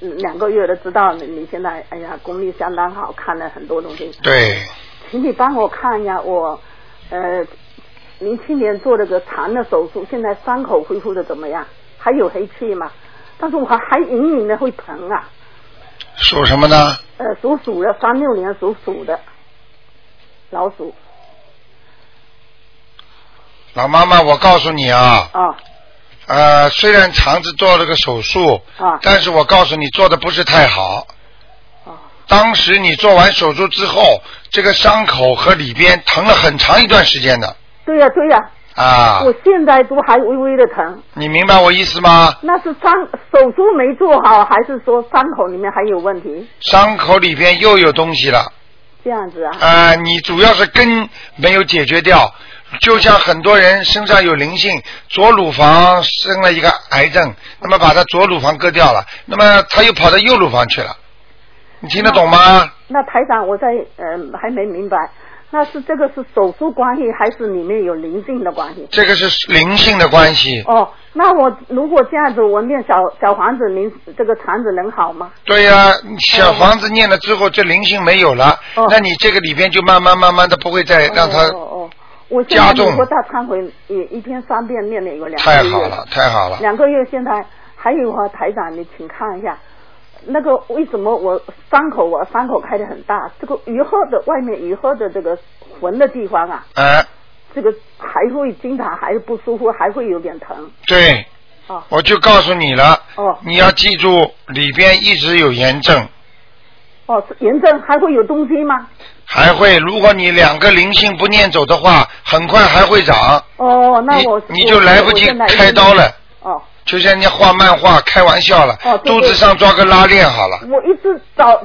[SPEAKER 7] 嗯两个月了，知道你你现在哎呀功力相当好，看了很多东西。
[SPEAKER 1] 对，
[SPEAKER 7] 请你帮我看一下我，呃，零七年做了个肠的手术，现在伤口恢复的怎么样？还有黑气吗？但是我还还隐隐的会疼啊。
[SPEAKER 1] 属什么呢？
[SPEAKER 7] 呃，属鼠的，三六年属鼠的，老鼠
[SPEAKER 1] 老妈妈，我告诉你啊，
[SPEAKER 7] 啊
[SPEAKER 1] 呃，虽然肠子做了个手术，
[SPEAKER 7] 啊
[SPEAKER 1] 但是我告诉你做的不是太好。
[SPEAKER 7] 哦
[SPEAKER 1] 当时你做完手术之后，这个伤口和里边疼了很长一段时间的
[SPEAKER 7] 对呀、对呀、
[SPEAKER 1] 啊
[SPEAKER 7] 我，现在都还微微的疼，
[SPEAKER 1] 你明白我意思吗？
[SPEAKER 7] 那是伤手术没做好，还是说伤口里面还有问题？
[SPEAKER 1] 伤口里边又有东西了，
[SPEAKER 7] 这样子啊？
[SPEAKER 1] 啊、你主要是根没有解决掉，就像很多人身上有灵性，左乳房生了一个癌症，那么把他左乳房割掉了，那么他又跑到右乳房去了，你听得懂吗？
[SPEAKER 7] 那台长，我在呃还没明白，那是这个是手术关系，还是里面有灵性的关系？
[SPEAKER 1] 这个是灵性的关系。
[SPEAKER 7] 哦，那我如果这样子，我念小小房子，您这个肠子能好吗？
[SPEAKER 1] 对呀、小房子念了之后，这灵性没有了，
[SPEAKER 7] 哦
[SPEAKER 1] 那你这个里边就慢慢慢慢的不会再让它。
[SPEAKER 7] 哦哦哦，我现
[SPEAKER 1] 加
[SPEAKER 7] 在
[SPEAKER 1] 重
[SPEAKER 7] 美国大忏悔也一天三遍念了有两个
[SPEAKER 1] 太
[SPEAKER 7] 月，
[SPEAKER 1] 好了，太好了。
[SPEAKER 7] 两个月现在还有啊，台长你请看一下，那个为什么我伤口我伤口开的很大，这个鱼后的外面鱼后的这个缝的地方啊，
[SPEAKER 1] 哎，
[SPEAKER 7] 这个还会经常还是不舒服，还会有点疼。
[SPEAKER 1] 对，
[SPEAKER 7] 哦
[SPEAKER 1] 我就告诉你了，
[SPEAKER 7] 哦
[SPEAKER 1] 你要记住里边一直有炎症，
[SPEAKER 7] 哦，是炎症还会有东西吗？
[SPEAKER 1] 还会如果你两个灵性不念走的话，很快还会长，
[SPEAKER 7] 哦，那
[SPEAKER 1] 你
[SPEAKER 7] 我
[SPEAKER 1] 你就来不及开刀。了。
[SPEAKER 7] 我我现在已经哦，
[SPEAKER 1] 就像人家画漫画开玩笑了，
[SPEAKER 7] 哦对嗯
[SPEAKER 1] 肚
[SPEAKER 7] 对
[SPEAKER 1] 子上抓个拉链好了，
[SPEAKER 7] 我一直找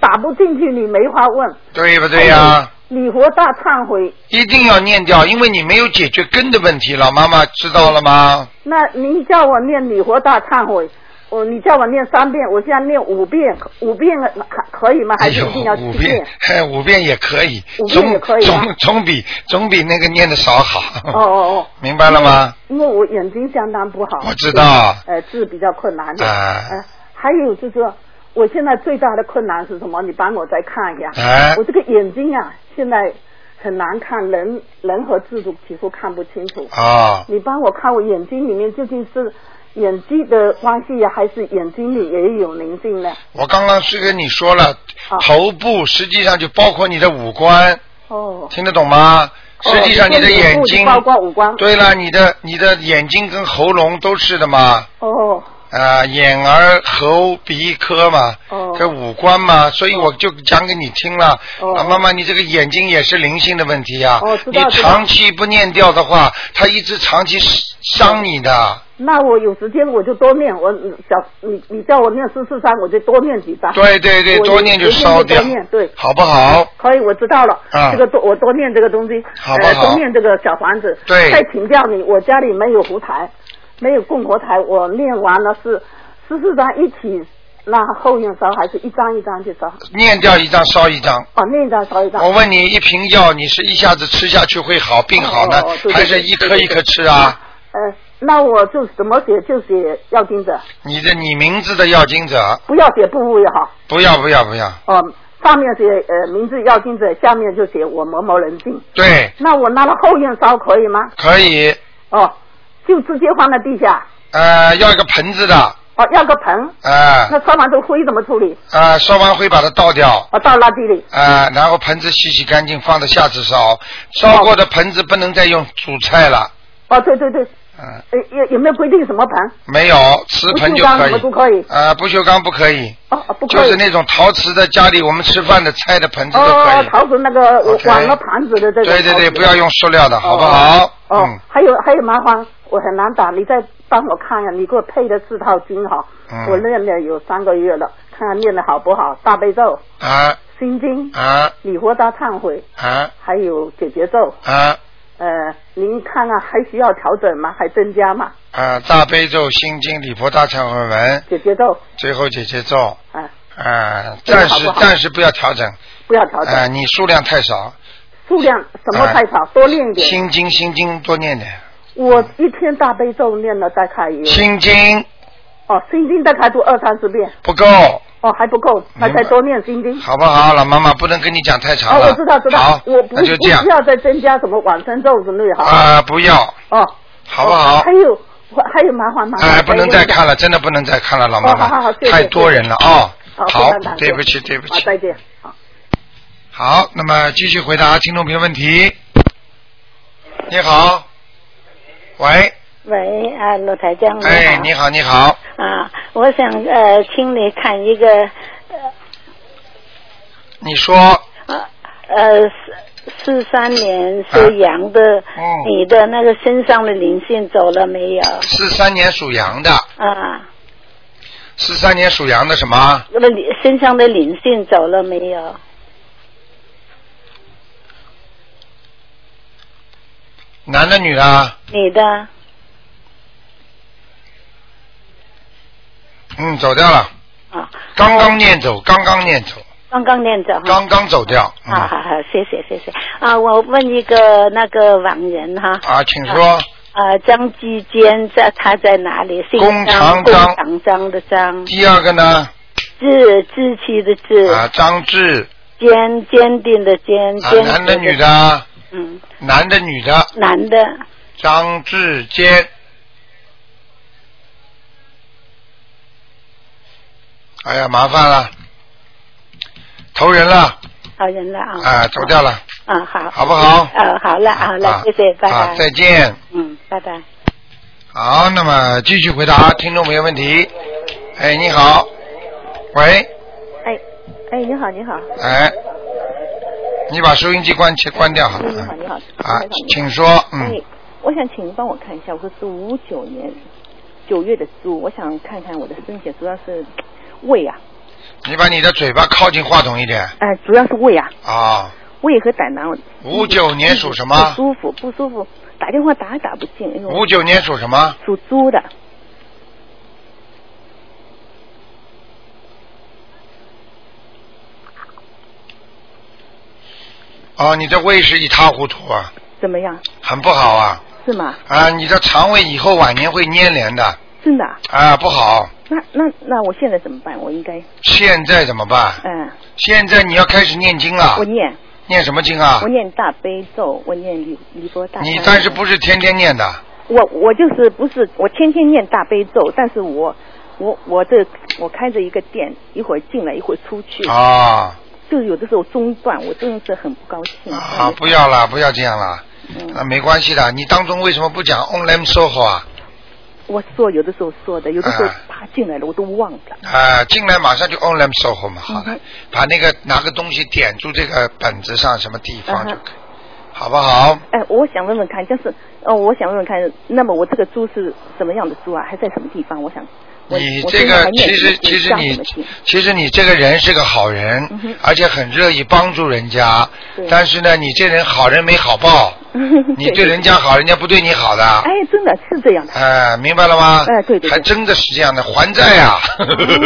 [SPEAKER 7] 打不进去，你没法问。
[SPEAKER 1] 对不对呀、
[SPEAKER 7] 礼佛大忏悔，
[SPEAKER 1] 一定要念掉，因为你没有解决根的问题，老妈妈知道了吗？
[SPEAKER 7] 那您叫我念礼佛大忏悔，我你叫我念三遍，我现在念五遍，五遍还可以吗？还是一定要
[SPEAKER 1] 哎呦
[SPEAKER 7] 七
[SPEAKER 1] 五遍，嘿五遍也可以，
[SPEAKER 7] 五遍
[SPEAKER 1] 总
[SPEAKER 7] 也可以啊
[SPEAKER 1] 总总比总比那个念的少
[SPEAKER 7] 哦
[SPEAKER 1] 好，
[SPEAKER 7] 哦哦，
[SPEAKER 1] 明白了吗？
[SPEAKER 7] 因为我眼睛相当不好，
[SPEAKER 1] 我知道
[SPEAKER 7] 所以呃，治比较困难的。
[SPEAKER 1] 啊
[SPEAKER 7] 呃，还有就是，我现在最大的困难是什么？你帮我再看一下。
[SPEAKER 1] 哎
[SPEAKER 7] 我这个眼睛啊，现在很难看，人人和自主几乎看不清楚。
[SPEAKER 1] 啊，
[SPEAKER 7] 你帮我看我眼睛里面究竟是眼睛的关系呀，还是眼睛里也有灵性呢？
[SPEAKER 1] 我刚刚是跟你说了，
[SPEAKER 7] 啊
[SPEAKER 1] 头部实际上就包括你的五官，
[SPEAKER 7] 哦，
[SPEAKER 1] 听得懂吗？实际上你的眼睛，
[SPEAKER 7] 包括五官。
[SPEAKER 1] 对了，你的你的眼睛跟喉咙都是的嘛，
[SPEAKER 7] 哦
[SPEAKER 1] 啊、眼耳喉鼻科嘛，
[SPEAKER 7] 哦
[SPEAKER 1] 这五官嘛，所以我就讲给你听了。
[SPEAKER 7] 哦
[SPEAKER 1] 啊，妈妈，你这个眼睛也是灵性的问题呀、啊
[SPEAKER 7] 哦知道
[SPEAKER 1] 你
[SPEAKER 7] 知道
[SPEAKER 1] 长期不念掉的话，它一直长期伤你的。
[SPEAKER 7] 那我有时间我就多念，我小你你叫我念四四三，我就多念几张。
[SPEAKER 1] 对对对，
[SPEAKER 7] 我
[SPEAKER 1] 多念就烧掉
[SPEAKER 7] 多念，对。
[SPEAKER 1] 好不好？
[SPEAKER 7] 可以，我知道了。
[SPEAKER 1] 啊
[SPEAKER 7] 这个多我多念这个东西，
[SPEAKER 1] 好不
[SPEAKER 7] 呃，
[SPEAKER 1] 好
[SPEAKER 7] 多念这个小房子。
[SPEAKER 1] 对
[SPEAKER 7] 再请教你，我家里没有佛台，没有供佛台，我念完了是十四张一起，那后院烧还是一张一张去烧？
[SPEAKER 1] 念掉一张烧一张。
[SPEAKER 7] 哦，念一张烧一张。
[SPEAKER 1] 我问你，一瓶药你是一下子吃下去会好病好呢，
[SPEAKER 7] 哦哦哦对对
[SPEAKER 1] 还是
[SPEAKER 7] 对
[SPEAKER 1] 一颗一颗吃啊？
[SPEAKER 7] 呃，那我就怎么写就写要经者，
[SPEAKER 1] 你的你名字的要经者，
[SPEAKER 7] 不要写部位哈。
[SPEAKER 1] 不要不要不要，
[SPEAKER 7] 哦，上面写呃名字要经者，下面就写我某某人姓。
[SPEAKER 1] 对，
[SPEAKER 7] 那我拿到后院烧可以吗？
[SPEAKER 1] 可以，
[SPEAKER 7] 哦，就直接放在地下。
[SPEAKER 1] 呃，要一个盆子的，
[SPEAKER 7] 哦，要个盆。
[SPEAKER 1] 呃
[SPEAKER 7] 那烧完这个灰怎么处理？
[SPEAKER 1] 呃，烧完灰把它倒掉，
[SPEAKER 7] 哦，倒垃圾里。
[SPEAKER 1] 呃，然后盆子洗洗干净，放到下次烧，烧过的盆子不能再用煮菜了，
[SPEAKER 7] 哦，对对对，
[SPEAKER 1] 嗯、
[SPEAKER 7] 呃，有有没有规定什么盆？
[SPEAKER 1] 没有瓷盆就可
[SPEAKER 7] 不锈钢什么
[SPEAKER 1] 以
[SPEAKER 7] 都，可以。
[SPEAKER 1] 呃，不锈钢不可以，
[SPEAKER 7] 哦，哦不
[SPEAKER 1] 就
[SPEAKER 7] 可以。
[SPEAKER 1] 是那种陶瓷的，家里我们吃饭的菜的盆子
[SPEAKER 7] 哦
[SPEAKER 1] 都可
[SPEAKER 7] 哦，
[SPEAKER 1] 以，
[SPEAKER 7] 陶瓷那个
[SPEAKER 1] OK
[SPEAKER 7] 碗了盘子的这个。
[SPEAKER 1] 对对对，不要。用塑料的，好不
[SPEAKER 7] 哦
[SPEAKER 1] 好？
[SPEAKER 7] 哦
[SPEAKER 1] 嗯，，
[SPEAKER 7] 还有还有，麻烦我很难打，你再帮我看一下，你给我配的四套经哈
[SPEAKER 1] 嗯，
[SPEAKER 7] 我练了有三个月了，看看练的好不好。大悲咒、
[SPEAKER 1] 啊
[SPEAKER 7] 心经、
[SPEAKER 1] 啊
[SPEAKER 7] 礼佛大忏悔，
[SPEAKER 1] 啊
[SPEAKER 7] 还有解结咒。
[SPEAKER 1] 啊
[SPEAKER 7] 呃，您看看还需要调整吗？还增加吗？
[SPEAKER 1] 啊！大悲咒、心经、礼佛大忏悔文，
[SPEAKER 7] 解结咒，
[SPEAKER 1] 最后姐姐咒，
[SPEAKER 7] 啊，
[SPEAKER 1] 啊，
[SPEAKER 7] 这个
[SPEAKER 1] 暂
[SPEAKER 7] 好不
[SPEAKER 1] 时
[SPEAKER 7] 好
[SPEAKER 1] 暂时不要调整，
[SPEAKER 7] 不要调整。
[SPEAKER 1] 啊，你数量太少，
[SPEAKER 7] 数量什么太少，多练一点。
[SPEAKER 1] 心经心经多念点，
[SPEAKER 7] 我一天大悲咒念了大概有
[SPEAKER 1] 心经
[SPEAKER 7] 哦，心经大概读二三十遍，
[SPEAKER 1] 不够，
[SPEAKER 7] 哦还不够，那再多念心经。
[SPEAKER 1] 好不好？老妈妈不能跟你讲太长
[SPEAKER 7] 哦，
[SPEAKER 1] 了，
[SPEAKER 7] 我知道知道
[SPEAKER 1] 好，，
[SPEAKER 7] 我不
[SPEAKER 1] 那就这样
[SPEAKER 7] 不需要再增加什么往生咒之类哈。
[SPEAKER 1] 啊，不要，
[SPEAKER 7] 哦，
[SPEAKER 1] 好不好
[SPEAKER 7] 还？有我还有麻烦麻烦。
[SPEAKER 1] 哎，不能再看
[SPEAKER 7] 了。
[SPEAKER 1] 了，真的不能再看了，老妈
[SPEAKER 7] 哦好好
[SPEAKER 1] 妈
[SPEAKER 7] 好谢，谢
[SPEAKER 1] 太多人了啊。
[SPEAKER 7] 好，
[SPEAKER 1] 好
[SPEAKER 7] 非常，感谢
[SPEAKER 1] 对不起，对不
[SPEAKER 7] 好
[SPEAKER 1] 起。
[SPEAKER 7] 再见。好。
[SPEAKER 1] 好，那么继续回答听众朋友问题。你好，喂，
[SPEAKER 9] 喂，啊，罗台江，
[SPEAKER 1] 哎，你好，你好，
[SPEAKER 9] 啊，我想呃，请你看一个
[SPEAKER 1] 你说，
[SPEAKER 9] 呃呃四四三年属羊的、
[SPEAKER 1] 嗯
[SPEAKER 9] 你的那个身上的灵性走了没有？
[SPEAKER 1] 四三年属羊的，
[SPEAKER 9] 啊，
[SPEAKER 1] 四三年属羊的什么？
[SPEAKER 9] 那么你身上的灵性走了没有？
[SPEAKER 1] 男的女的啊？
[SPEAKER 9] 你的
[SPEAKER 1] 嗯，走掉了，
[SPEAKER 9] 啊，
[SPEAKER 1] 嗯刚刚念走，刚刚念走，
[SPEAKER 9] 刚刚念着哈。
[SPEAKER 1] 刚刚走掉。嗯
[SPEAKER 9] 好好好，谢谢谢谢啊！我问一个那个网人哈，
[SPEAKER 1] 啊，请说。
[SPEAKER 9] 啊，张继坚在他在哪里？姓张，
[SPEAKER 1] 弓长
[SPEAKER 9] 工
[SPEAKER 1] 张
[SPEAKER 9] 长张的张，
[SPEAKER 1] 第二个呢？
[SPEAKER 9] 志志气的志，
[SPEAKER 1] 啊，张志。
[SPEAKER 9] 坚坚定的嗯坚，
[SPEAKER 1] 啊，
[SPEAKER 9] 坚
[SPEAKER 1] 男的
[SPEAKER 9] 决
[SPEAKER 1] 女的啊？
[SPEAKER 9] 嗯，
[SPEAKER 1] 男的女的？
[SPEAKER 9] 男的，
[SPEAKER 1] 张志坚。哎呀，麻烦了，投人了，
[SPEAKER 9] 好人了啊。
[SPEAKER 1] 啊，走掉了，
[SPEAKER 9] 啊，好。
[SPEAKER 1] 好不好
[SPEAKER 9] 呃，好了，好了
[SPEAKER 1] 啊，
[SPEAKER 9] 谢谢，拜
[SPEAKER 1] 啊
[SPEAKER 9] 拜。，
[SPEAKER 1] 再见。
[SPEAKER 9] 嗯，拜拜。
[SPEAKER 1] 好，那么继续回答听众朋友问题。哎，你好，喂，
[SPEAKER 10] 哎，哎，你好，你好，
[SPEAKER 1] 哎，你把收音机关切关掉好
[SPEAKER 10] 哎，你
[SPEAKER 1] 了
[SPEAKER 10] 好，。你好，
[SPEAKER 1] 啊
[SPEAKER 10] 台长，你
[SPEAKER 1] 请说，
[SPEAKER 10] 好
[SPEAKER 1] 嗯
[SPEAKER 10] 哎，，我想请您帮我看一下，我是五九年九月的猪，我想看看我的身体，主要是胃啊，
[SPEAKER 1] 你把你的嘴巴靠近话筒一点
[SPEAKER 10] 呃，主要是胃啊，
[SPEAKER 1] 啊。
[SPEAKER 10] 胃和胆囊。
[SPEAKER 1] 59年属什么
[SPEAKER 10] 不舒服，不舒服，打电话打也打不进，哎呦，
[SPEAKER 1] 五九年属什么？
[SPEAKER 10] 属猪的，
[SPEAKER 1] 哦，你的胃是一塌糊涂啊，
[SPEAKER 10] 怎么样？
[SPEAKER 1] 很不好啊
[SPEAKER 10] 是吗？
[SPEAKER 1] 啊！你的肠胃以后晚年会粘连的
[SPEAKER 10] 真的啊？
[SPEAKER 1] 啊，不好。
[SPEAKER 10] 那那那我现在怎么办？我应该，
[SPEAKER 1] 现在怎么办？
[SPEAKER 10] 嗯、
[SPEAKER 1] 现在你要开始念经了
[SPEAKER 10] 我，念
[SPEAKER 1] 念什么经啊
[SPEAKER 10] 我？念大悲咒，我念离离波大忏悔。
[SPEAKER 1] 你但是不是天天念的？
[SPEAKER 10] 我我就是不是我天天念大悲咒，但是我我我这我开着一个店，一会儿进来一会儿出去，
[SPEAKER 1] 啊
[SPEAKER 10] 就是有的时候中断，我真的是很不高兴。
[SPEAKER 1] 啊！不要了，不要这样了，啊，
[SPEAKER 10] 嗯，
[SPEAKER 1] 没关系的。你当中为什么不讲 on l a m soho 啊？
[SPEAKER 10] 我说有的时候说的，有的时候
[SPEAKER 1] 啊
[SPEAKER 10] 爬进来了我都忘了。
[SPEAKER 1] 啊，进来马上就 on l a m soho 嘛，好了
[SPEAKER 10] 嗯，
[SPEAKER 1] 把那个拿个东西点住这个本子上什么地方就
[SPEAKER 10] 嗯哼
[SPEAKER 1] 可以，好不好？
[SPEAKER 10] 哎，我想问问看，就是哦，我想问问看，那么我这个猪是什么样的猪啊？还在什么地方？我想，我
[SPEAKER 1] 你
[SPEAKER 10] 我
[SPEAKER 1] 这
[SPEAKER 10] 现在
[SPEAKER 1] 个
[SPEAKER 10] 还念
[SPEAKER 1] 其实
[SPEAKER 10] 经
[SPEAKER 1] 其实
[SPEAKER 10] 像
[SPEAKER 1] 你
[SPEAKER 10] 什么经
[SPEAKER 1] 其实你这个人是个好人
[SPEAKER 10] 嗯哼，
[SPEAKER 1] 而且很乐意帮助人家
[SPEAKER 10] 对。
[SPEAKER 1] 但是呢，你这人好人没好 报，你对人家好，人家不对你好的。
[SPEAKER 10] 哎，真的是这样的。
[SPEAKER 1] 哎，明白了吗？
[SPEAKER 10] 哎对对对
[SPEAKER 1] 还真的是这样的，还债啊！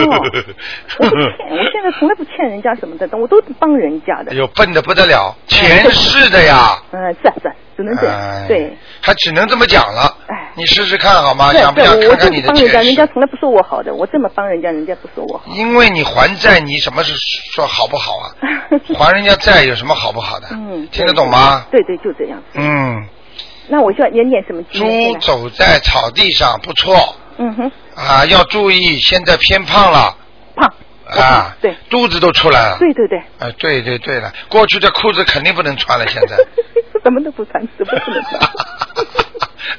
[SPEAKER 10] 我不 欠，我现在从来不欠人家什么的，我都是帮人家的
[SPEAKER 1] 哎。呦，笨的不得了，前世的呀。
[SPEAKER 10] 嗯，是啊是啊，只能这
[SPEAKER 1] 哎
[SPEAKER 10] 样。对，，
[SPEAKER 1] 还只能这么讲了
[SPEAKER 10] 哎。
[SPEAKER 1] 你试试看好吗？
[SPEAKER 10] 对
[SPEAKER 1] 啊想不
[SPEAKER 10] 对，
[SPEAKER 1] 想看
[SPEAKER 10] 我就
[SPEAKER 1] 看你
[SPEAKER 10] 是
[SPEAKER 1] 的
[SPEAKER 10] 帮人家，
[SPEAKER 1] 前
[SPEAKER 10] 人家
[SPEAKER 1] 世？
[SPEAKER 10] 从来不说我好的，我这么帮人家，人家不说我好。
[SPEAKER 1] 因为你还债，你什么是说好不 好啊？还人家债有什么好不好的？
[SPEAKER 10] 嗯，
[SPEAKER 1] 听得懂吗？
[SPEAKER 10] 对对，就这样。
[SPEAKER 1] 嗯，
[SPEAKER 10] 那我需要也念什么经呢？
[SPEAKER 1] 猪
[SPEAKER 10] 现在
[SPEAKER 1] 走在草地上不错
[SPEAKER 10] 嗯哼，
[SPEAKER 1] 啊，要注意，现在偏胖了
[SPEAKER 10] 胖。
[SPEAKER 1] 啊，
[SPEAKER 10] 对，
[SPEAKER 1] 肚子都出来了。
[SPEAKER 10] 对对对，
[SPEAKER 1] 啊，对对对了，过去的裤子肯定不能穿了，现 在。
[SPEAKER 10] 什么都不穿，什么都不能穿。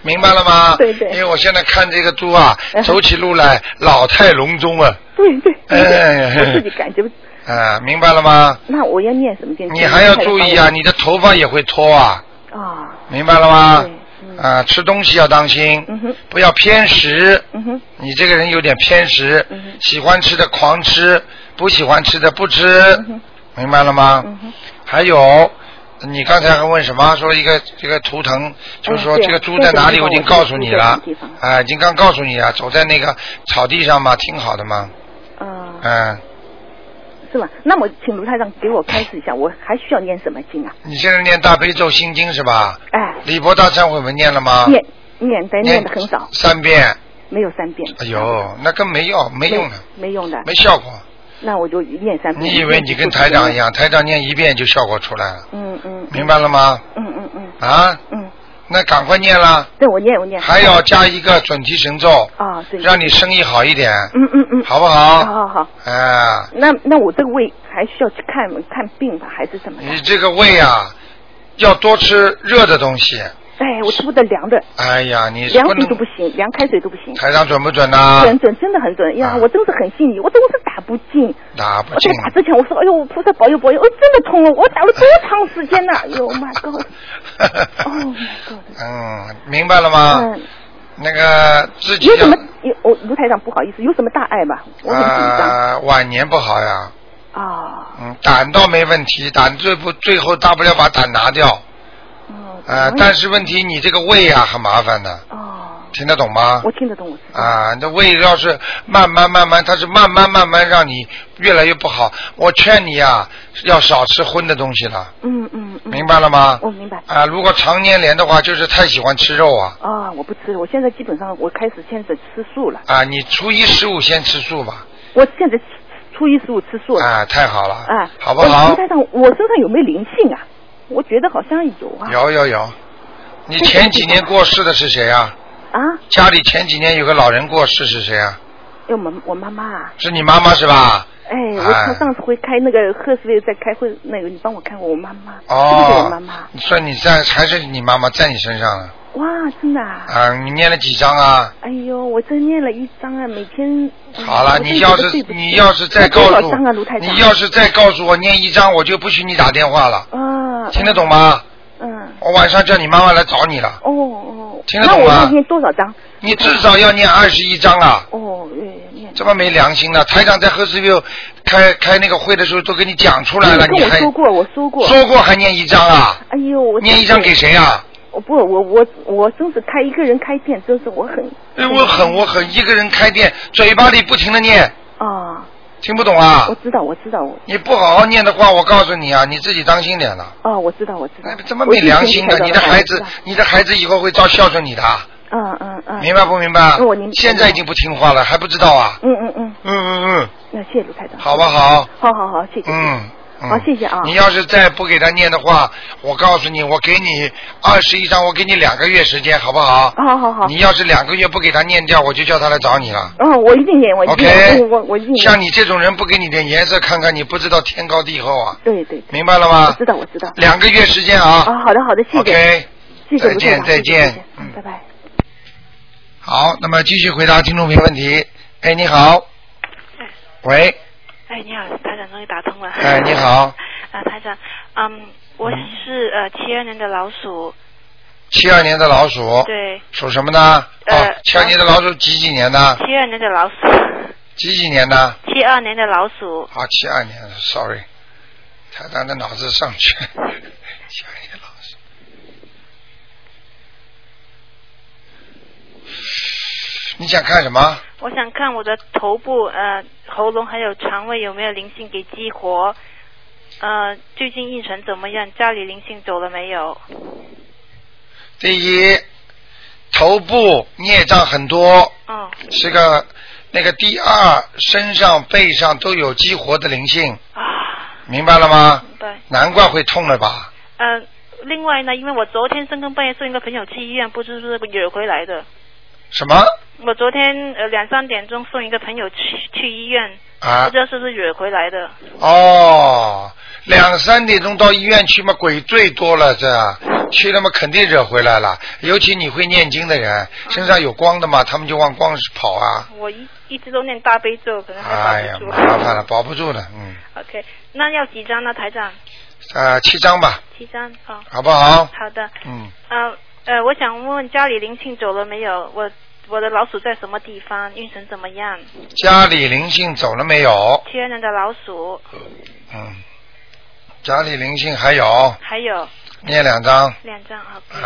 [SPEAKER 1] 明白了吗？
[SPEAKER 10] 对对
[SPEAKER 1] 因为我现在看这个猪啊，
[SPEAKER 10] 嗯
[SPEAKER 1] 走起路来老态龙钟啊，
[SPEAKER 10] 对对
[SPEAKER 1] 哎
[SPEAKER 10] 对， 我自己感觉。
[SPEAKER 1] 啊，明白了吗？
[SPEAKER 10] 那我要念什么经？
[SPEAKER 1] 你还要注意啊，你的头发也会脱啊，
[SPEAKER 10] 啊，
[SPEAKER 1] 明白了吗
[SPEAKER 10] 对？嗯
[SPEAKER 1] 啊，吃东西要当心，
[SPEAKER 10] 嗯哼，
[SPEAKER 1] 不要偏食。
[SPEAKER 10] 嗯哼，
[SPEAKER 1] 你这个人有点偏食，
[SPEAKER 10] 嗯哼
[SPEAKER 1] 喜欢吃的狂吃，不喜欢吃的不吃，
[SPEAKER 10] 嗯哼
[SPEAKER 1] 明白了吗？
[SPEAKER 10] 嗯哼
[SPEAKER 1] 还有，你刚才还问什么？说一个这个图腾，就是说
[SPEAKER 10] 嗯对
[SPEAKER 1] 这个猪在哪里？
[SPEAKER 10] 在什么
[SPEAKER 1] 我
[SPEAKER 10] 地方
[SPEAKER 1] 已经告诉你了
[SPEAKER 10] 我知道在什么地，
[SPEAKER 1] 啊，已经刚告诉你了，走在那个草地上嘛，挺好的嘛，
[SPEAKER 10] 啊，
[SPEAKER 1] 嗯，
[SPEAKER 10] 是吧？那么，请卢台长给我开示一下，我还需要念什么经啊？
[SPEAKER 1] 你现在念大悲咒心经是吧？
[SPEAKER 10] 哎，
[SPEAKER 1] 李博大忏悔文念了吗？
[SPEAKER 10] 念念但念的很少，
[SPEAKER 1] 三遍。
[SPEAKER 10] 没有三遍。
[SPEAKER 1] 哎呦，那跟没用，没
[SPEAKER 10] 没
[SPEAKER 1] 用的，
[SPEAKER 10] 没用的。
[SPEAKER 1] 没效果。
[SPEAKER 10] 那我就念三遍。
[SPEAKER 1] 你以为你跟台长一？样，台长念一遍就效果出来了，
[SPEAKER 10] 嗯嗯。
[SPEAKER 1] 明白了吗？
[SPEAKER 10] 嗯嗯嗯
[SPEAKER 1] 啊，
[SPEAKER 10] 嗯，
[SPEAKER 1] 那赶快念啦，
[SPEAKER 10] 对我念我念。
[SPEAKER 1] 还要加一个准提神咒，
[SPEAKER 10] 啊，对。
[SPEAKER 1] 让你生意好一点，
[SPEAKER 10] 嗯嗯嗯。
[SPEAKER 1] 好不
[SPEAKER 10] 好
[SPEAKER 1] 好？
[SPEAKER 10] 好好。
[SPEAKER 1] 哎，
[SPEAKER 10] 那那我这个胃还需要去看看病吧，还是怎么的？
[SPEAKER 1] 你这个胃啊，要多吃热的东西。
[SPEAKER 10] 哎，我吃不得凉的，
[SPEAKER 1] 哎呀，你是
[SPEAKER 10] 凉
[SPEAKER 1] 不
[SPEAKER 10] 水都
[SPEAKER 1] 能
[SPEAKER 10] 不，行，凉开水都不行。
[SPEAKER 1] 台长准不准啊呐？
[SPEAKER 10] 准准真的很准哎呀！
[SPEAKER 1] 啊
[SPEAKER 10] 我真是很信你，我总是打不进。
[SPEAKER 1] 打不
[SPEAKER 10] 我在
[SPEAKER 1] 进。啊
[SPEAKER 10] 打之前我说，哎呦，菩萨保佑保佑，哦，真的通了，我打了多长时间呢？哎呦，my god！Oh my god
[SPEAKER 1] 嗯，明白了吗？
[SPEAKER 10] 嗯，
[SPEAKER 1] 那个自己
[SPEAKER 10] 有什
[SPEAKER 1] 要
[SPEAKER 10] 么有我卢台长不好意思，有什么大碍吧？我很紧张
[SPEAKER 1] 呃晚年不好呀，
[SPEAKER 10] 啊。
[SPEAKER 1] 嗯，胆倒没问题，胆最不最后大不了把胆拿掉，
[SPEAKER 10] 哦
[SPEAKER 1] 呃，但是问题你这个胃啊很麻烦的，
[SPEAKER 10] 哦，
[SPEAKER 1] 听得懂吗？
[SPEAKER 10] 我听得懂，我知道。
[SPEAKER 1] 啊，那胃要是慢慢慢慢，它是慢慢慢慢让你越来越不好。我劝你啊，要少吃荤的东西了，
[SPEAKER 10] 嗯嗯嗯。
[SPEAKER 1] 明白了吗？
[SPEAKER 10] 我明白。
[SPEAKER 1] 啊，如果常年连的话，就是太喜欢吃肉啊。
[SPEAKER 10] 啊，我不吃，我现在基本上我开始现在吃素了。
[SPEAKER 1] 啊，你初一十五先吃素吧。
[SPEAKER 10] 我现在吃初一十五吃素了。
[SPEAKER 1] 啊，太好了。
[SPEAKER 10] 啊，
[SPEAKER 1] 好不
[SPEAKER 10] 我
[SPEAKER 1] 好
[SPEAKER 10] 身？上我身上有没有灵性啊？我觉得好像有啊。
[SPEAKER 1] 有有有。你前几年过世的是谁啊？
[SPEAKER 10] 啊，
[SPEAKER 1] 家里前几年有个老人过世是谁啊？
[SPEAKER 10] 有我我妈妈啊。
[SPEAKER 1] 是你妈妈是吧？
[SPEAKER 10] 哎，我
[SPEAKER 1] 哎
[SPEAKER 10] 上上次会开那个赫斯威在开会，那个你帮我看过我妈妈，嗯是不是我妈
[SPEAKER 1] 哦
[SPEAKER 10] 妈？，
[SPEAKER 1] 说你在还是你妈妈在你身上了
[SPEAKER 10] 哇，真的啊！
[SPEAKER 1] 啊？你念了几张啊？
[SPEAKER 10] 哎呦，我真念了一张啊，每天。哎
[SPEAKER 1] 好了，
[SPEAKER 10] 我真
[SPEAKER 1] 你
[SPEAKER 10] 觉
[SPEAKER 1] 要
[SPEAKER 10] 得
[SPEAKER 1] 是
[SPEAKER 10] 对不起
[SPEAKER 1] 你要是再
[SPEAKER 10] 我
[SPEAKER 1] 告
[SPEAKER 10] 多少
[SPEAKER 1] 诉
[SPEAKER 10] 张啊，卢台
[SPEAKER 1] 我，
[SPEAKER 10] 长
[SPEAKER 1] 你要是再告诉我念一张，我就不许你打电话了，
[SPEAKER 10] 啊，
[SPEAKER 1] 听得懂吗？
[SPEAKER 10] 嗯，
[SPEAKER 1] 我晚上叫你妈妈来找你了，
[SPEAKER 10] 哦哦，
[SPEAKER 1] 听得懂
[SPEAKER 10] 那我
[SPEAKER 1] 吗
[SPEAKER 10] 要念多少张？
[SPEAKER 1] 你至少要念二十一张啊！
[SPEAKER 10] 哦，呃念。
[SPEAKER 1] 这么没良心的，台长在赫斯比尔开开那个会的时候都跟你讲出来了，
[SPEAKER 10] 嗯跟
[SPEAKER 1] 你
[SPEAKER 10] 我
[SPEAKER 1] 还
[SPEAKER 10] 说过，我说过。
[SPEAKER 1] 说过还念一张啊？
[SPEAKER 10] 哎呦，我
[SPEAKER 1] 念一张给谁啊？
[SPEAKER 10] 我不，我我我真是开一个人开店，真是我很
[SPEAKER 1] 哎，我狠，我狠，一个人开店，嘴巴里不停的念，
[SPEAKER 10] 啊，
[SPEAKER 1] 听不懂啊
[SPEAKER 10] 我？知道，我知道，我
[SPEAKER 1] 你不好好念的话，我告诉你啊，你自己当心点了。
[SPEAKER 10] 啊，我知道，我知道
[SPEAKER 1] 哎，，这么没良心的，
[SPEAKER 10] 我
[SPEAKER 1] 你
[SPEAKER 10] 已经
[SPEAKER 1] 的
[SPEAKER 10] 看到了
[SPEAKER 1] 孩子，你的孩子以后会照孝顺你的，
[SPEAKER 10] 嗯嗯嗯，
[SPEAKER 1] 明白不明白
[SPEAKER 10] 嗯我明？白
[SPEAKER 1] 现在已经不听话了，还不知道啊？
[SPEAKER 10] 嗯嗯嗯，
[SPEAKER 1] 嗯嗯
[SPEAKER 10] 那谢谢卢台长
[SPEAKER 1] 嗯，，好不好？
[SPEAKER 10] 好好好，谢谢，
[SPEAKER 1] 嗯。嗯
[SPEAKER 10] 好谢谢啊
[SPEAKER 1] 你要是再不给他念的话，我告诉你，我给你二十一张，我给你两个月时间，好不好？
[SPEAKER 10] 好好好，
[SPEAKER 1] 你要是两个月不给他念掉，我就叫他来找你了。
[SPEAKER 10] 哦，我一定念，我一定念
[SPEAKER 1] OK，
[SPEAKER 10] 我我我一定念，
[SPEAKER 1] 像你这种人不给你点颜色看看，你不知道天高地厚啊，
[SPEAKER 10] 对对，对
[SPEAKER 1] 明白了
[SPEAKER 10] 我
[SPEAKER 1] 吗
[SPEAKER 10] 知？道我知道，
[SPEAKER 1] 两个月时间啊。
[SPEAKER 10] 嗯啊，好的好的，谢谢
[SPEAKER 1] OK，
[SPEAKER 10] 谢谢卢台长，
[SPEAKER 1] 再见再见
[SPEAKER 10] 谢谢
[SPEAKER 1] 嗯
[SPEAKER 10] 拜拜。
[SPEAKER 1] 好，那么继续回答听众朋友问题。哎，你好。
[SPEAKER 11] 嗯
[SPEAKER 1] 喂，
[SPEAKER 11] 哎，你好，台长终于打通了。
[SPEAKER 1] 哎，你。好，
[SPEAKER 11] 啊，台长，嗯，我是呃七二年的老鼠，
[SPEAKER 1] 七二年的老鼠，
[SPEAKER 11] 对，
[SPEAKER 1] 属什么呢？哦
[SPEAKER 11] 呃，
[SPEAKER 1] 七二年的老鼠几几年的？
[SPEAKER 11] 七二年的老鼠，
[SPEAKER 1] 几几年的？
[SPEAKER 11] 七二年的老鼠，
[SPEAKER 1] 啊，七二年，sorry，台长的脑子上去，七二年老师。你想看什么？
[SPEAKER 11] 我想看我的头部、呃喉咙还有肠胃有没有灵性给激活，呃，最近运程怎么样？家里灵性走了没有？
[SPEAKER 1] 第一，头部孽障很多，
[SPEAKER 11] 嗯，
[SPEAKER 1] 是个那个第二，身上、背上都有激活的灵性，
[SPEAKER 11] 啊，
[SPEAKER 1] 明白了吗？
[SPEAKER 11] 明白。
[SPEAKER 1] 难怪会痛了吧？
[SPEAKER 11] 呃，另外呢，因为我昨天深更半夜送一个朋友去医院，不知是不是惹回来的。
[SPEAKER 1] 什么
[SPEAKER 11] 我昨天呃两三点钟送一个朋友去去医院，
[SPEAKER 1] 啊
[SPEAKER 11] 不？知道是不是惹回来的。
[SPEAKER 1] 哦，两三点钟到医院去嘛，鬼最多了这，去了嘛肯定惹回来了。尤其你会念经的人，身上有光的嘛，他们就往光跑啊。
[SPEAKER 11] 我一一直都念大悲咒，可能
[SPEAKER 1] 哎
[SPEAKER 11] 还
[SPEAKER 1] 呀
[SPEAKER 11] 保，不住。
[SPEAKER 1] 麻烦了，保不住了，嗯，
[SPEAKER 11] OK，那要几张呢，台长？
[SPEAKER 1] 呃，七张吧，
[SPEAKER 11] 七张哦。
[SPEAKER 1] 好不好？
[SPEAKER 11] 好的，
[SPEAKER 1] 嗯，
[SPEAKER 11] 呃呃，我想问问家里灵性走了没有？我我的老鼠在什么地方？运程怎么样？
[SPEAKER 1] 家里灵性走了没有？
[SPEAKER 11] 七二年的老鼠，
[SPEAKER 1] 嗯，家里灵性还有，
[SPEAKER 11] 还有
[SPEAKER 1] 念两张，
[SPEAKER 11] 两张啊。
[SPEAKER 1] 啊，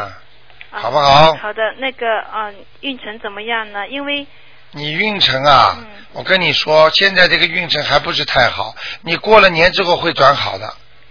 [SPEAKER 11] 啊
[SPEAKER 1] 好不好
[SPEAKER 11] 好的，那个嗯、呃运程怎么样呢？因为
[SPEAKER 1] 你运程啊
[SPEAKER 11] 嗯，
[SPEAKER 1] 我跟你说，现在这个运程还不是太好，你过了年之后会转好的。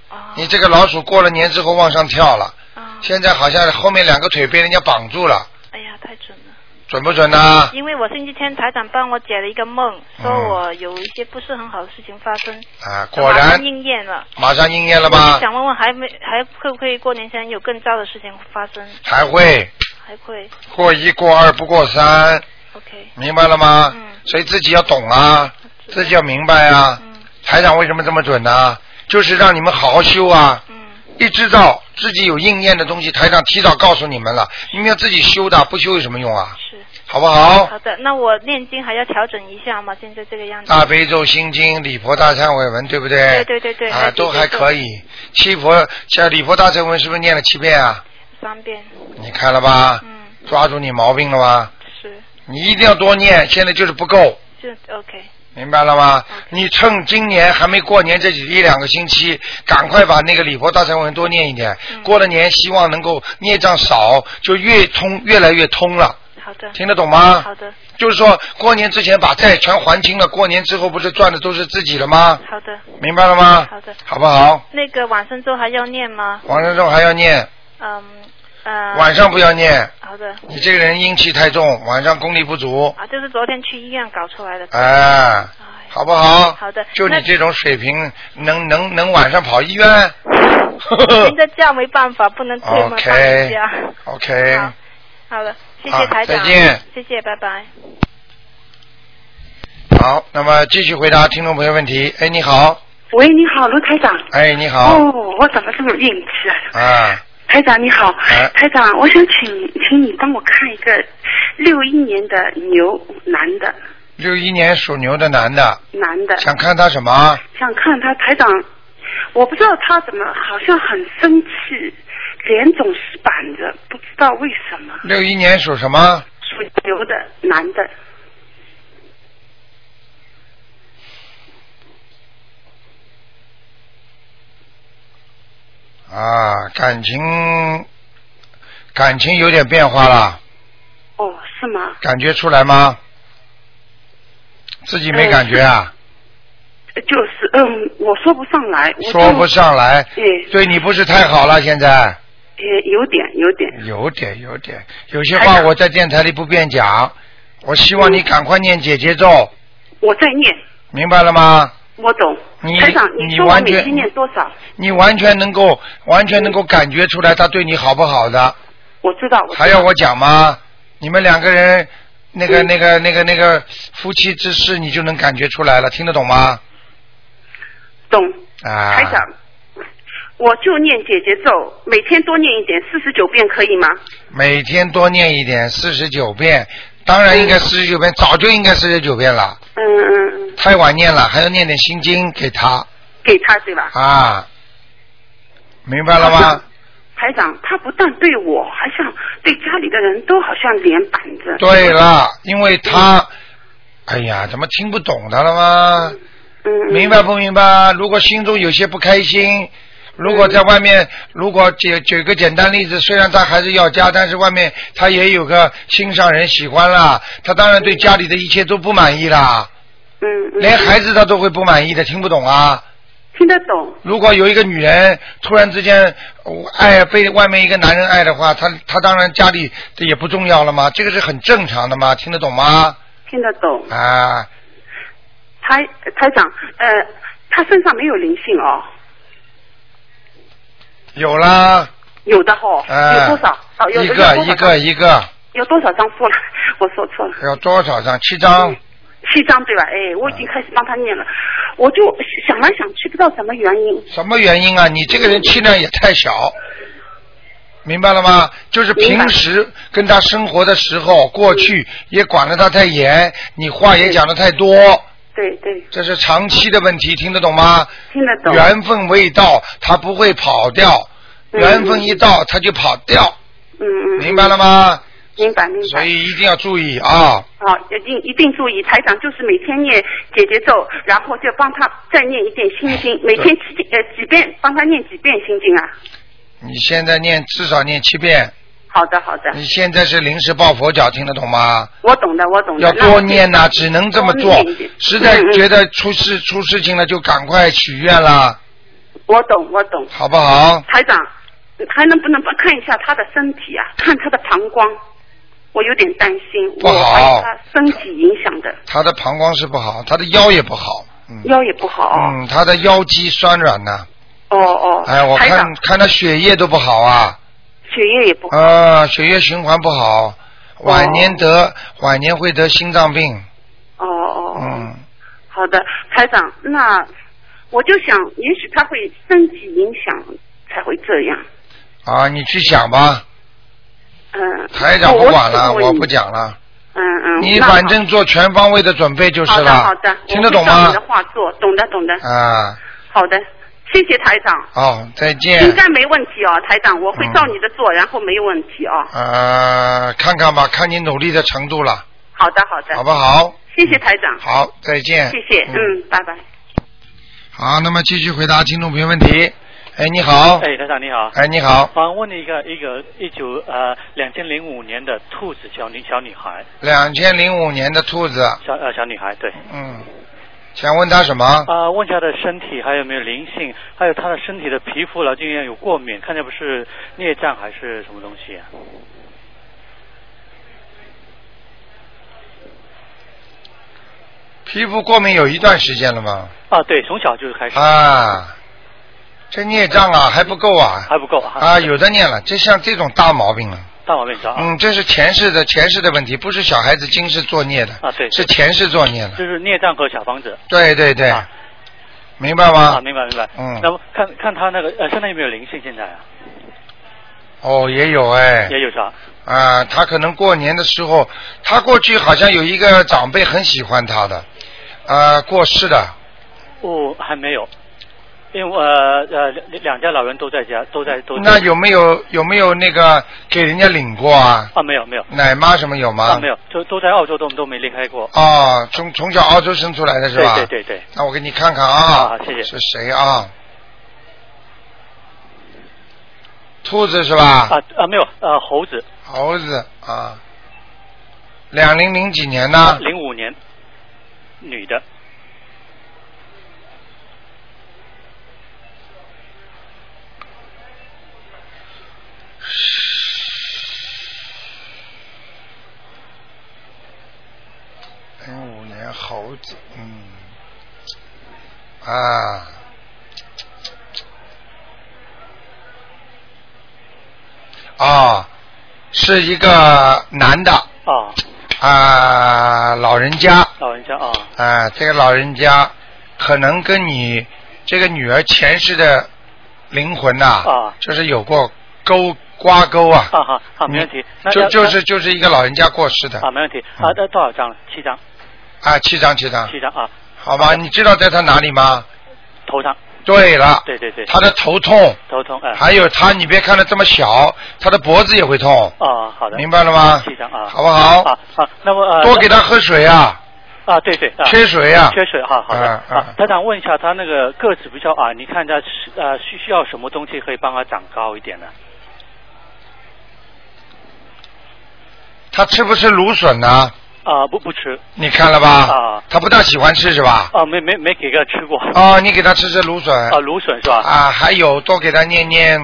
[SPEAKER 11] 啊
[SPEAKER 1] 你这个老鼠过了年之后往上跳了，
[SPEAKER 11] 啊，
[SPEAKER 1] 现在好像后面两个腿被人家绑住了，
[SPEAKER 11] 哎呀，太准了。
[SPEAKER 1] 准不准呢？
[SPEAKER 11] 因为我星期天台长帮我解了一个梦，
[SPEAKER 1] 啊嗯
[SPEAKER 11] 说我有一些不是很好的事情发生，
[SPEAKER 1] 啊，果
[SPEAKER 11] 马
[SPEAKER 1] 然
[SPEAKER 11] 上应验了。
[SPEAKER 1] 马上应验了
[SPEAKER 11] 我
[SPEAKER 1] 吧
[SPEAKER 11] 就？想问问，还没还会不会过年前有更糟的事情发生？
[SPEAKER 1] 还会
[SPEAKER 11] 还会
[SPEAKER 1] 过一过二不过三，
[SPEAKER 11] ，OK，
[SPEAKER 1] 明白了吗？
[SPEAKER 11] 嗯
[SPEAKER 1] 所以自己要懂啊，
[SPEAKER 11] 知道
[SPEAKER 1] 自己要明白啊。
[SPEAKER 11] 嗯
[SPEAKER 1] 台长为什么这么准呢、就是让你们好好修啊！
[SPEAKER 11] 嗯，
[SPEAKER 1] 一知道自己有应验的东西，台长提早告诉你们了，你们要自己修的，不修有什么用啊？
[SPEAKER 11] 是
[SPEAKER 1] 好不好？
[SPEAKER 11] 好的。那我念经还要调整一下吗？现在这个样子，
[SPEAKER 1] 大悲咒、心经、礼佛大忏悔文，对不对？
[SPEAKER 11] 对对对对，
[SPEAKER 1] 啊，都还可
[SPEAKER 11] 以，
[SPEAKER 1] 以。七佛像礼佛大忏文是不是念了七遍啊？
[SPEAKER 11] 三遍，
[SPEAKER 1] 你看了吧？
[SPEAKER 11] 嗯，
[SPEAKER 1] 抓住你毛病了吧？
[SPEAKER 11] 是，
[SPEAKER 1] 你一定要多念，现在就是不够，
[SPEAKER 11] 就 OK，
[SPEAKER 1] 明白了吗？你趁今年还没过年这几一两个星期，赶快把那个礼佛大忏文多念一点。
[SPEAKER 11] 嗯
[SPEAKER 1] 过了年，希望能够孽障少，就越通越来越通了，
[SPEAKER 11] 好的。
[SPEAKER 1] 听得懂吗
[SPEAKER 11] 好的，
[SPEAKER 1] 就是说过年之前把债全还清了，过年之后不是赚的都是自己了吗？
[SPEAKER 11] 好的。
[SPEAKER 1] 明白了吗
[SPEAKER 11] 好的。
[SPEAKER 1] 好不好？
[SPEAKER 11] 那个晚上咒还要念吗？
[SPEAKER 1] 晚上咒还要念，
[SPEAKER 11] 嗯呃。
[SPEAKER 1] 晚上不要念。
[SPEAKER 11] 好的。
[SPEAKER 1] 你这个人阴气太重，晚上功力不足，
[SPEAKER 11] 啊，就是昨天去医院搞出来的。
[SPEAKER 1] 哎，好不好？
[SPEAKER 11] 好的
[SPEAKER 1] 就你
[SPEAKER 11] 那
[SPEAKER 1] 这种水平，能能能晚上跑医 院
[SPEAKER 11] 现在这样没办法，不能退嘛，放一
[SPEAKER 1] ？OK
[SPEAKER 11] 下。
[SPEAKER 1] OK，
[SPEAKER 11] 好了，谢
[SPEAKER 1] 好
[SPEAKER 11] 谢台长，
[SPEAKER 1] 再见，
[SPEAKER 11] 谢谢，拜拜。
[SPEAKER 1] 好，那么继续回答听众朋友问题。哎，你好，
[SPEAKER 8] 喂，你好，卢台长。
[SPEAKER 1] 哎，你好，
[SPEAKER 8] 哦，我怎么这么运气啊？
[SPEAKER 1] 啊，
[SPEAKER 8] 台长你好，
[SPEAKER 1] 哎
[SPEAKER 8] 台长，我想请请你帮我看一个六一年的牛男的
[SPEAKER 1] 六一年属牛的男的，
[SPEAKER 8] 男的，
[SPEAKER 1] 想看他什么？
[SPEAKER 8] 想看他台长，我不知道他怎么好像很生气，脸总是板着，不知道为什么。
[SPEAKER 1] 六一年属什么？
[SPEAKER 8] 属牛的男的，
[SPEAKER 1] 啊，感情感情有点变化了，
[SPEAKER 8] 哦，是吗？
[SPEAKER 1] 感觉出来吗？自己
[SPEAKER 8] 呃
[SPEAKER 1] 没感觉啊？
[SPEAKER 8] 就是嗯，我说不上来，我
[SPEAKER 1] 说
[SPEAKER 8] 就
[SPEAKER 1] 不上来
[SPEAKER 8] 哎，
[SPEAKER 1] 对你不是太好了，现在
[SPEAKER 8] 也嗯有点有点，哎
[SPEAKER 1] 有点有点，有些话我在电台里不便讲，我希望你赶快念姐姐咒，
[SPEAKER 8] 嗯我在念，
[SPEAKER 1] 明白了吗？
[SPEAKER 8] 我懂。
[SPEAKER 1] 你
[SPEAKER 8] 台长，你
[SPEAKER 1] 你
[SPEAKER 8] 说我
[SPEAKER 1] 完
[SPEAKER 8] 每
[SPEAKER 1] 全
[SPEAKER 8] 天念多少？
[SPEAKER 1] 你完全能够完全能够感觉出来他对你好不好的，
[SPEAKER 8] 我知道，我知道
[SPEAKER 1] 还要我讲吗？你们两个人那
[SPEAKER 8] 嗯
[SPEAKER 1] 个那个那个那个夫妻之事，你就能感觉出来了，听得懂吗？
[SPEAKER 8] 懂。
[SPEAKER 1] 啊，
[SPEAKER 8] 台长，我就念姐姐咒，每天多念一点，四十九遍可以吗？
[SPEAKER 1] 每天多念一点，四十九遍，当然应该四十九遍，早就应该四十九遍了，
[SPEAKER 8] 嗯嗯嗯，
[SPEAKER 1] 太晚念了，还要念点心经给他
[SPEAKER 8] 给他对吧？
[SPEAKER 1] 啊，明白了吗？
[SPEAKER 8] 台长，他不但对我，还像对家里的人都好像脸板着。
[SPEAKER 1] 对了，因为他，哎呀，怎么听不懂他了吗？
[SPEAKER 8] 嗯，嗯
[SPEAKER 1] 明白不明白？如果心中有些不开心，如果在外面，如果举举个简单例子，虽然他还是要家，但是外面他也有个心上人喜欢啦，他当然对家里的一切都不满意啦，
[SPEAKER 8] 嗯嗯，
[SPEAKER 1] 连孩子他都会不满意的，听不懂啊？
[SPEAKER 8] 听得懂。
[SPEAKER 1] 如果有一个女人突然之间呃爱被外面一个男人爱的话，她她当然家里这也不重要了嘛，这个是很正常的嘛，听得懂吗？
[SPEAKER 8] 听得懂，
[SPEAKER 1] 啊，
[SPEAKER 8] 台台长，呃，他身上没有灵性哦，
[SPEAKER 1] 有啦，
[SPEAKER 8] 有的哦，
[SPEAKER 1] 哎
[SPEAKER 8] 有多少？哦，有
[SPEAKER 1] 一
[SPEAKER 8] 有多少
[SPEAKER 1] 个
[SPEAKER 8] 张
[SPEAKER 1] 一个一个，
[SPEAKER 8] 有多少张错了？ 我说错了。
[SPEAKER 1] 有多少张？七张。
[SPEAKER 8] 七张对吧？哎，我已经开始帮他念了，我就想来想去，不知道什么原因。
[SPEAKER 1] 什么原因啊？你这个人气量也太小，明白了吗？就是平时跟他生活的时候，过去也管得他太严，你话也讲得太多，
[SPEAKER 8] 对对，
[SPEAKER 1] 这是长期的问题，听得懂吗？
[SPEAKER 8] 听得懂。
[SPEAKER 1] 缘分未到，他不会跑掉；
[SPEAKER 8] 嗯
[SPEAKER 1] 缘分一到，他就跑掉，
[SPEAKER 8] 嗯嗯，
[SPEAKER 1] 明白了？吗？
[SPEAKER 8] 明白明
[SPEAKER 1] 所
[SPEAKER 8] 白。
[SPEAKER 1] 以一定要注意啊！
[SPEAKER 8] 好，一定一定注意，台长就是每天念姐姐咒，然后就帮他再念一点心
[SPEAKER 1] 哎
[SPEAKER 8] 经，每天七呃几遍，帮他念几遍心经啊？
[SPEAKER 1] 你现在念至少念七遍，
[SPEAKER 8] 好的好的，
[SPEAKER 1] 你现在是临时抱佛脚，听得懂吗？
[SPEAKER 8] 我懂的我懂的。
[SPEAKER 1] 要
[SPEAKER 8] 那
[SPEAKER 1] 多
[SPEAKER 8] 我
[SPEAKER 1] 念呐、只能这么
[SPEAKER 8] 多
[SPEAKER 1] 做
[SPEAKER 8] 念一点。
[SPEAKER 1] 实在
[SPEAKER 8] 嗯嗯
[SPEAKER 1] 觉得出事出事情了，就赶快许愿啦，
[SPEAKER 8] 我懂我懂，
[SPEAKER 1] 好不好？
[SPEAKER 8] 台长还能不能帮看一下他的身体啊？看他的膀胱，我有点担心，
[SPEAKER 1] 不
[SPEAKER 8] 我怀
[SPEAKER 1] 好
[SPEAKER 8] 疑他身体影响的，
[SPEAKER 1] 他的膀胱是不好，他的腰也不好，嗯，
[SPEAKER 8] 腰也不好哦。
[SPEAKER 1] 嗯，他的腰肌酸软呐、
[SPEAKER 8] 哦哦，
[SPEAKER 1] 哎，我
[SPEAKER 8] 台
[SPEAKER 1] 看
[SPEAKER 8] 长
[SPEAKER 1] 看他血液都不好啊，
[SPEAKER 8] 血液也不好，哦
[SPEAKER 1] 啊，血液循环不好，晚年得、晚年会得心脏病，
[SPEAKER 8] 哦哦，
[SPEAKER 1] 嗯，
[SPEAKER 8] 好的，台长，那我就想，也许他会身体影响才会这样，
[SPEAKER 1] 啊，你去想吧，
[SPEAKER 8] 嗯，
[SPEAKER 1] 台长不管了，
[SPEAKER 8] 我
[SPEAKER 1] 我不，讲了，
[SPEAKER 8] 嗯嗯，
[SPEAKER 1] 你
[SPEAKER 8] 那好
[SPEAKER 1] 反正做全方位的准备就是
[SPEAKER 8] 好的
[SPEAKER 1] 了，
[SPEAKER 8] 好的，
[SPEAKER 1] 听得懂吗
[SPEAKER 8] 我会照你的？话做，懂的懂的，
[SPEAKER 1] 啊，
[SPEAKER 8] 好的，谢谢台长，
[SPEAKER 1] 哦，再见。
[SPEAKER 8] 应该没问题哦，台长，我会
[SPEAKER 1] 嗯
[SPEAKER 8] 照你的做，然后没有问题哦，
[SPEAKER 1] 呃，看看吧，看你努力的程度了，
[SPEAKER 8] 好的好的，
[SPEAKER 1] 好不好？嗯
[SPEAKER 8] 谢谢台长，
[SPEAKER 1] 好，再见。
[SPEAKER 8] 谢谢，嗯，拜拜。
[SPEAKER 1] 好，那么继续回答听众朋友问题。哎，你好。
[SPEAKER 12] 哎，台长你好。
[SPEAKER 1] 哎，你好。
[SPEAKER 12] 啊，问你一个一个一九呃两千零五年的兔子小女小女孩，
[SPEAKER 1] 两千零五年的兔子，
[SPEAKER 12] 小呃小女孩，对。
[SPEAKER 1] 嗯，想问他什么？
[SPEAKER 12] 啊、问一下她的身体还有没有灵性，还有她的身体的皮肤了，竟然有过敏，看见不是孽障还是什么东西、啊？
[SPEAKER 1] 皮肤过敏有一段时间了吗？
[SPEAKER 12] 啊，对，从小就开始。
[SPEAKER 1] 啊，这孽障啊还不够啊
[SPEAKER 12] 还不够啊
[SPEAKER 1] 啊，有的念了，这像这种大毛病了。
[SPEAKER 12] 大毛病是吧？
[SPEAKER 1] 嗯，这是前世的前世的问题，不是小孩子今世作孽的，
[SPEAKER 12] 啊，对，
[SPEAKER 1] 是前世作孽了。
[SPEAKER 12] 就是孽障和小房子。
[SPEAKER 1] 对对对，明白吗
[SPEAKER 12] 啊，？明白明白。
[SPEAKER 1] 嗯
[SPEAKER 12] 那么看看他那个呃，身上有没有灵性？现在啊，
[SPEAKER 1] 哦，也有哎，
[SPEAKER 12] 也有是吧？
[SPEAKER 1] 啊，他可能过年的时候，他过去好像有一个长辈很喜欢他的，啊，过世的，
[SPEAKER 12] 哦，还没有，因为我呃呃两两家老人都在家，都在都在。
[SPEAKER 1] 那有没有有没有那个给人家领过啊？
[SPEAKER 12] 啊，没有没有。
[SPEAKER 1] 奶妈什么有吗？
[SPEAKER 12] 啊，没有，都都在澳洲都都没离开过。
[SPEAKER 1] 哦，从从小澳洲生出来的是吧？
[SPEAKER 12] 对对对对。
[SPEAKER 1] 那我给你看看啊，
[SPEAKER 12] 啊谢谢
[SPEAKER 1] 是谁啊？兔子是吧？
[SPEAKER 12] 啊啊，没有，呃，猴子。
[SPEAKER 1] 猴子啊，两零零几年呢？
[SPEAKER 12] 啊零五年，女的。
[SPEAKER 1] 零五年猴子，嗯，啊，啊，是一个男的
[SPEAKER 12] 啊
[SPEAKER 1] 啊，老人家
[SPEAKER 12] 老人家啊
[SPEAKER 1] 啊，这个老人家可能跟你这个女儿前世的灵魂呐、
[SPEAKER 12] 啊
[SPEAKER 1] 就是有过沟瓜沟啊，
[SPEAKER 12] 啊哈啊，没问题。那
[SPEAKER 1] 就
[SPEAKER 12] 那
[SPEAKER 1] 就是就是一个老人家过世的嗯
[SPEAKER 12] 啊，没问题啊。那多少张了？七张，
[SPEAKER 1] 啊，七张七张，
[SPEAKER 12] 七张啊，
[SPEAKER 1] 好吧，你知道在他哪里吗？
[SPEAKER 12] 头上。
[SPEAKER 1] 对了
[SPEAKER 12] 对对对。
[SPEAKER 1] 他的头痛，
[SPEAKER 12] 头痛啊。
[SPEAKER 1] 还有他，你别看他这么小，他的脖子也会痛，
[SPEAKER 12] 啊，好的。
[SPEAKER 1] 哦明白了吗
[SPEAKER 12] 七张啊，
[SPEAKER 1] 好不好
[SPEAKER 12] 啊啊，那么呃，
[SPEAKER 1] 多给他喝水啊。
[SPEAKER 12] 啊，对对，啊、
[SPEAKER 1] 缺水啊
[SPEAKER 12] 缺水哈、好的。
[SPEAKER 1] 啊啊
[SPEAKER 12] 啊，他想问一下，他那个个子比较矮，你看他是呃需需要什么东西可以帮他长高一点呢？
[SPEAKER 1] 他吃不吃芦笋呢？
[SPEAKER 12] 啊，不不吃。
[SPEAKER 1] 你看了吧？
[SPEAKER 12] 啊。
[SPEAKER 1] 他不大喜欢吃是吧？
[SPEAKER 12] 啊，没没没给他吃过。
[SPEAKER 1] 哦，你给他吃吃芦笋。
[SPEAKER 12] 啊，芦笋是吧？
[SPEAKER 1] 啊，还有多给他念念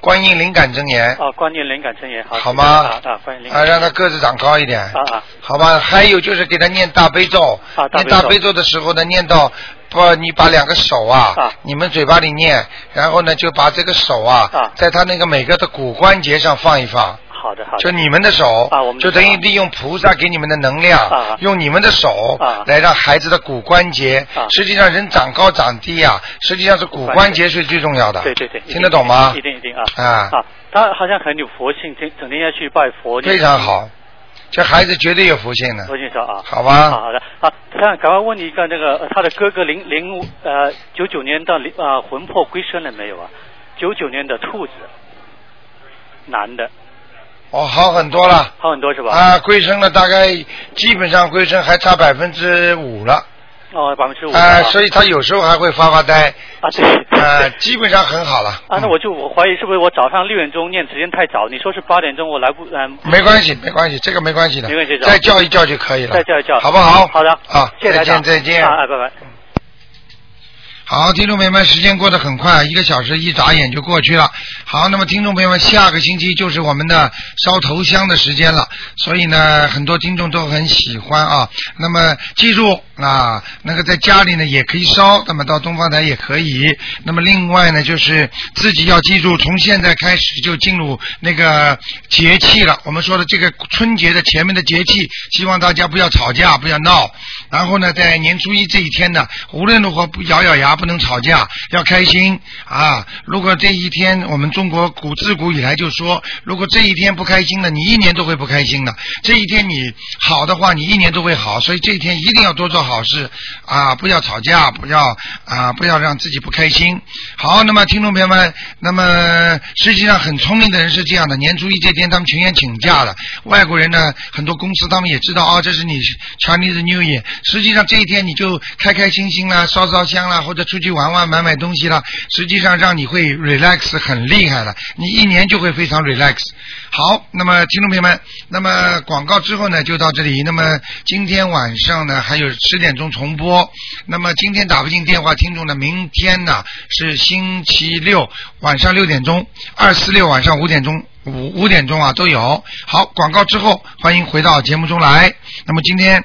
[SPEAKER 1] 观音灵感真言，
[SPEAKER 12] 啊，观念灵感真言好。
[SPEAKER 1] 好吗
[SPEAKER 12] 啊啊，观念灵感
[SPEAKER 1] 啊，
[SPEAKER 12] 真言。
[SPEAKER 1] 让他个子长高一点。
[SPEAKER 12] 啊啊
[SPEAKER 1] 好吧，还有就是给他念大悲咒，
[SPEAKER 12] 啊大悲咒
[SPEAKER 1] 念大悲咒的时候呢，念到不，你把两个手啊，
[SPEAKER 12] 啊
[SPEAKER 1] 你们嘴巴里念，然后呢就把这个手啊，
[SPEAKER 12] 啊
[SPEAKER 1] 在他那个每个的骨关节上放一放，
[SPEAKER 12] 好的好的。
[SPEAKER 1] 就你们的手，
[SPEAKER 12] 啊我们的
[SPEAKER 1] 就
[SPEAKER 12] 手
[SPEAKER 1] 等于利用菩萨给你们的能量，
[SPEAKER 12] 啊
[SPEAKER 1] 用你们的手、
[SPEAKER 12] 啊
[SPEAKER 1] 来让孩子的骨关节，
[SPEAKER 12] 啊
[SPEAKER 1] 实际上人长高长低啊，实际上是骨关节是最重要的，
[SPEAKER 12] 对对对，一定
[SPEAKER 1] 听得懂吗
[SPEAKER 12] 一？定一定啊
[SPEAKER 1] 啊
[SPEAKER 12] 啊！他好像很有佛性，整整天要去拜佛。
[SPEAKER 1] 非常好，这孩子绝对有福性的，
[SPEAKER 12] 佛性是吧啊。
[SPEAKER 1] 好吧
[SPEAKER 12] 好的啊，他赶快问你一个那个呃他的哥哥零零五呃九九年的零呃魂魄归身了没有啊？九九年的兔子，男的，
[SPEAKER 1] 哦，好很多了。
[SPEAKER 12] 好很多是吧？
[SPEAKER 1] 啊，归生了，大概基本上归生还差百分之五了，
[SPEAKER 12] 哦，百分之五。
[SPEAKER 1] 啊、所以他有时候还会发发呆，
[SPEAKER 12] 啊对。
[SPEAKER 1] 啊，基本上很好了，
[SPEAKER 12] 啊，那我就我怀疑是不是我早上六点钟念时间太早？你说是八点钟，我来不嗯、
[SPEAKER 1] 没关系，没关系，这个没关系的，
[SPEAKER 12] 没关系是吧
[SPEAKER 1] 再叫一叫就可以了，
[SPEAKER 12] 再叫一叫
[SPEAKER 1] 好不好？
[SPEAKER 12] 好的
[SPEAKER 1] 啊，
[SPEAKER 12] 谢谢
[SPEAKER 1] 再
[SPEAKER 12] 台长
[SPEAKER 1] 见，再见。
[SPEAKER 12] 啊，啊拜拜。
[SPEAKER 1] 好，听众朋友们，时间过得很快，一个小时一眨眼就过去了。好，那么听众朋友们，下个星期就是我们的烧头香的时间了，所以呢，很多听众都很喜欢啊。那么记住啊，那个在家里呢也可以烧，那么到东方台也可以。那么另外呢，就是自己要记住，从现在开始就进入那个节气了。我们说的这个春节的前面的节气，希望大家不要吵架，不要闹。然后呢，在年初一这一天呢，无论如何不咬咬牙，不能吵架，要开心啊！如果这一天，我们中国古自古以来就说，如果这一天不开心了，你一年都会不开心的。这一天你好的话，你一年都会好，所以这一天一定要多做好事啊！不要吵架，不要啊，不要让自己不开心。好，那么听众朋友们，那么实际上很聪明的人是这样的，年初一这天他们全员请假的。外国人呢，很多公司他们也知道哦啊、这是你 Chinese New Year，实际上这一天你就开开心心啦，烧烧香啦，或者出去玩玩、买买东西了，实际上让你会 relax 很厉害的，你一年就会非常 relax。好，那么听众朋友们，那么广告之后呢，就到这里。那么今天晚上呢，还有十点钟重播。那么今天打不进电话听众呢，明天呢是星期六晚上六点钟，二四六晚上五点钟。五五点钟啊都有。好，广告之后欢迎回到节目中来。那么今天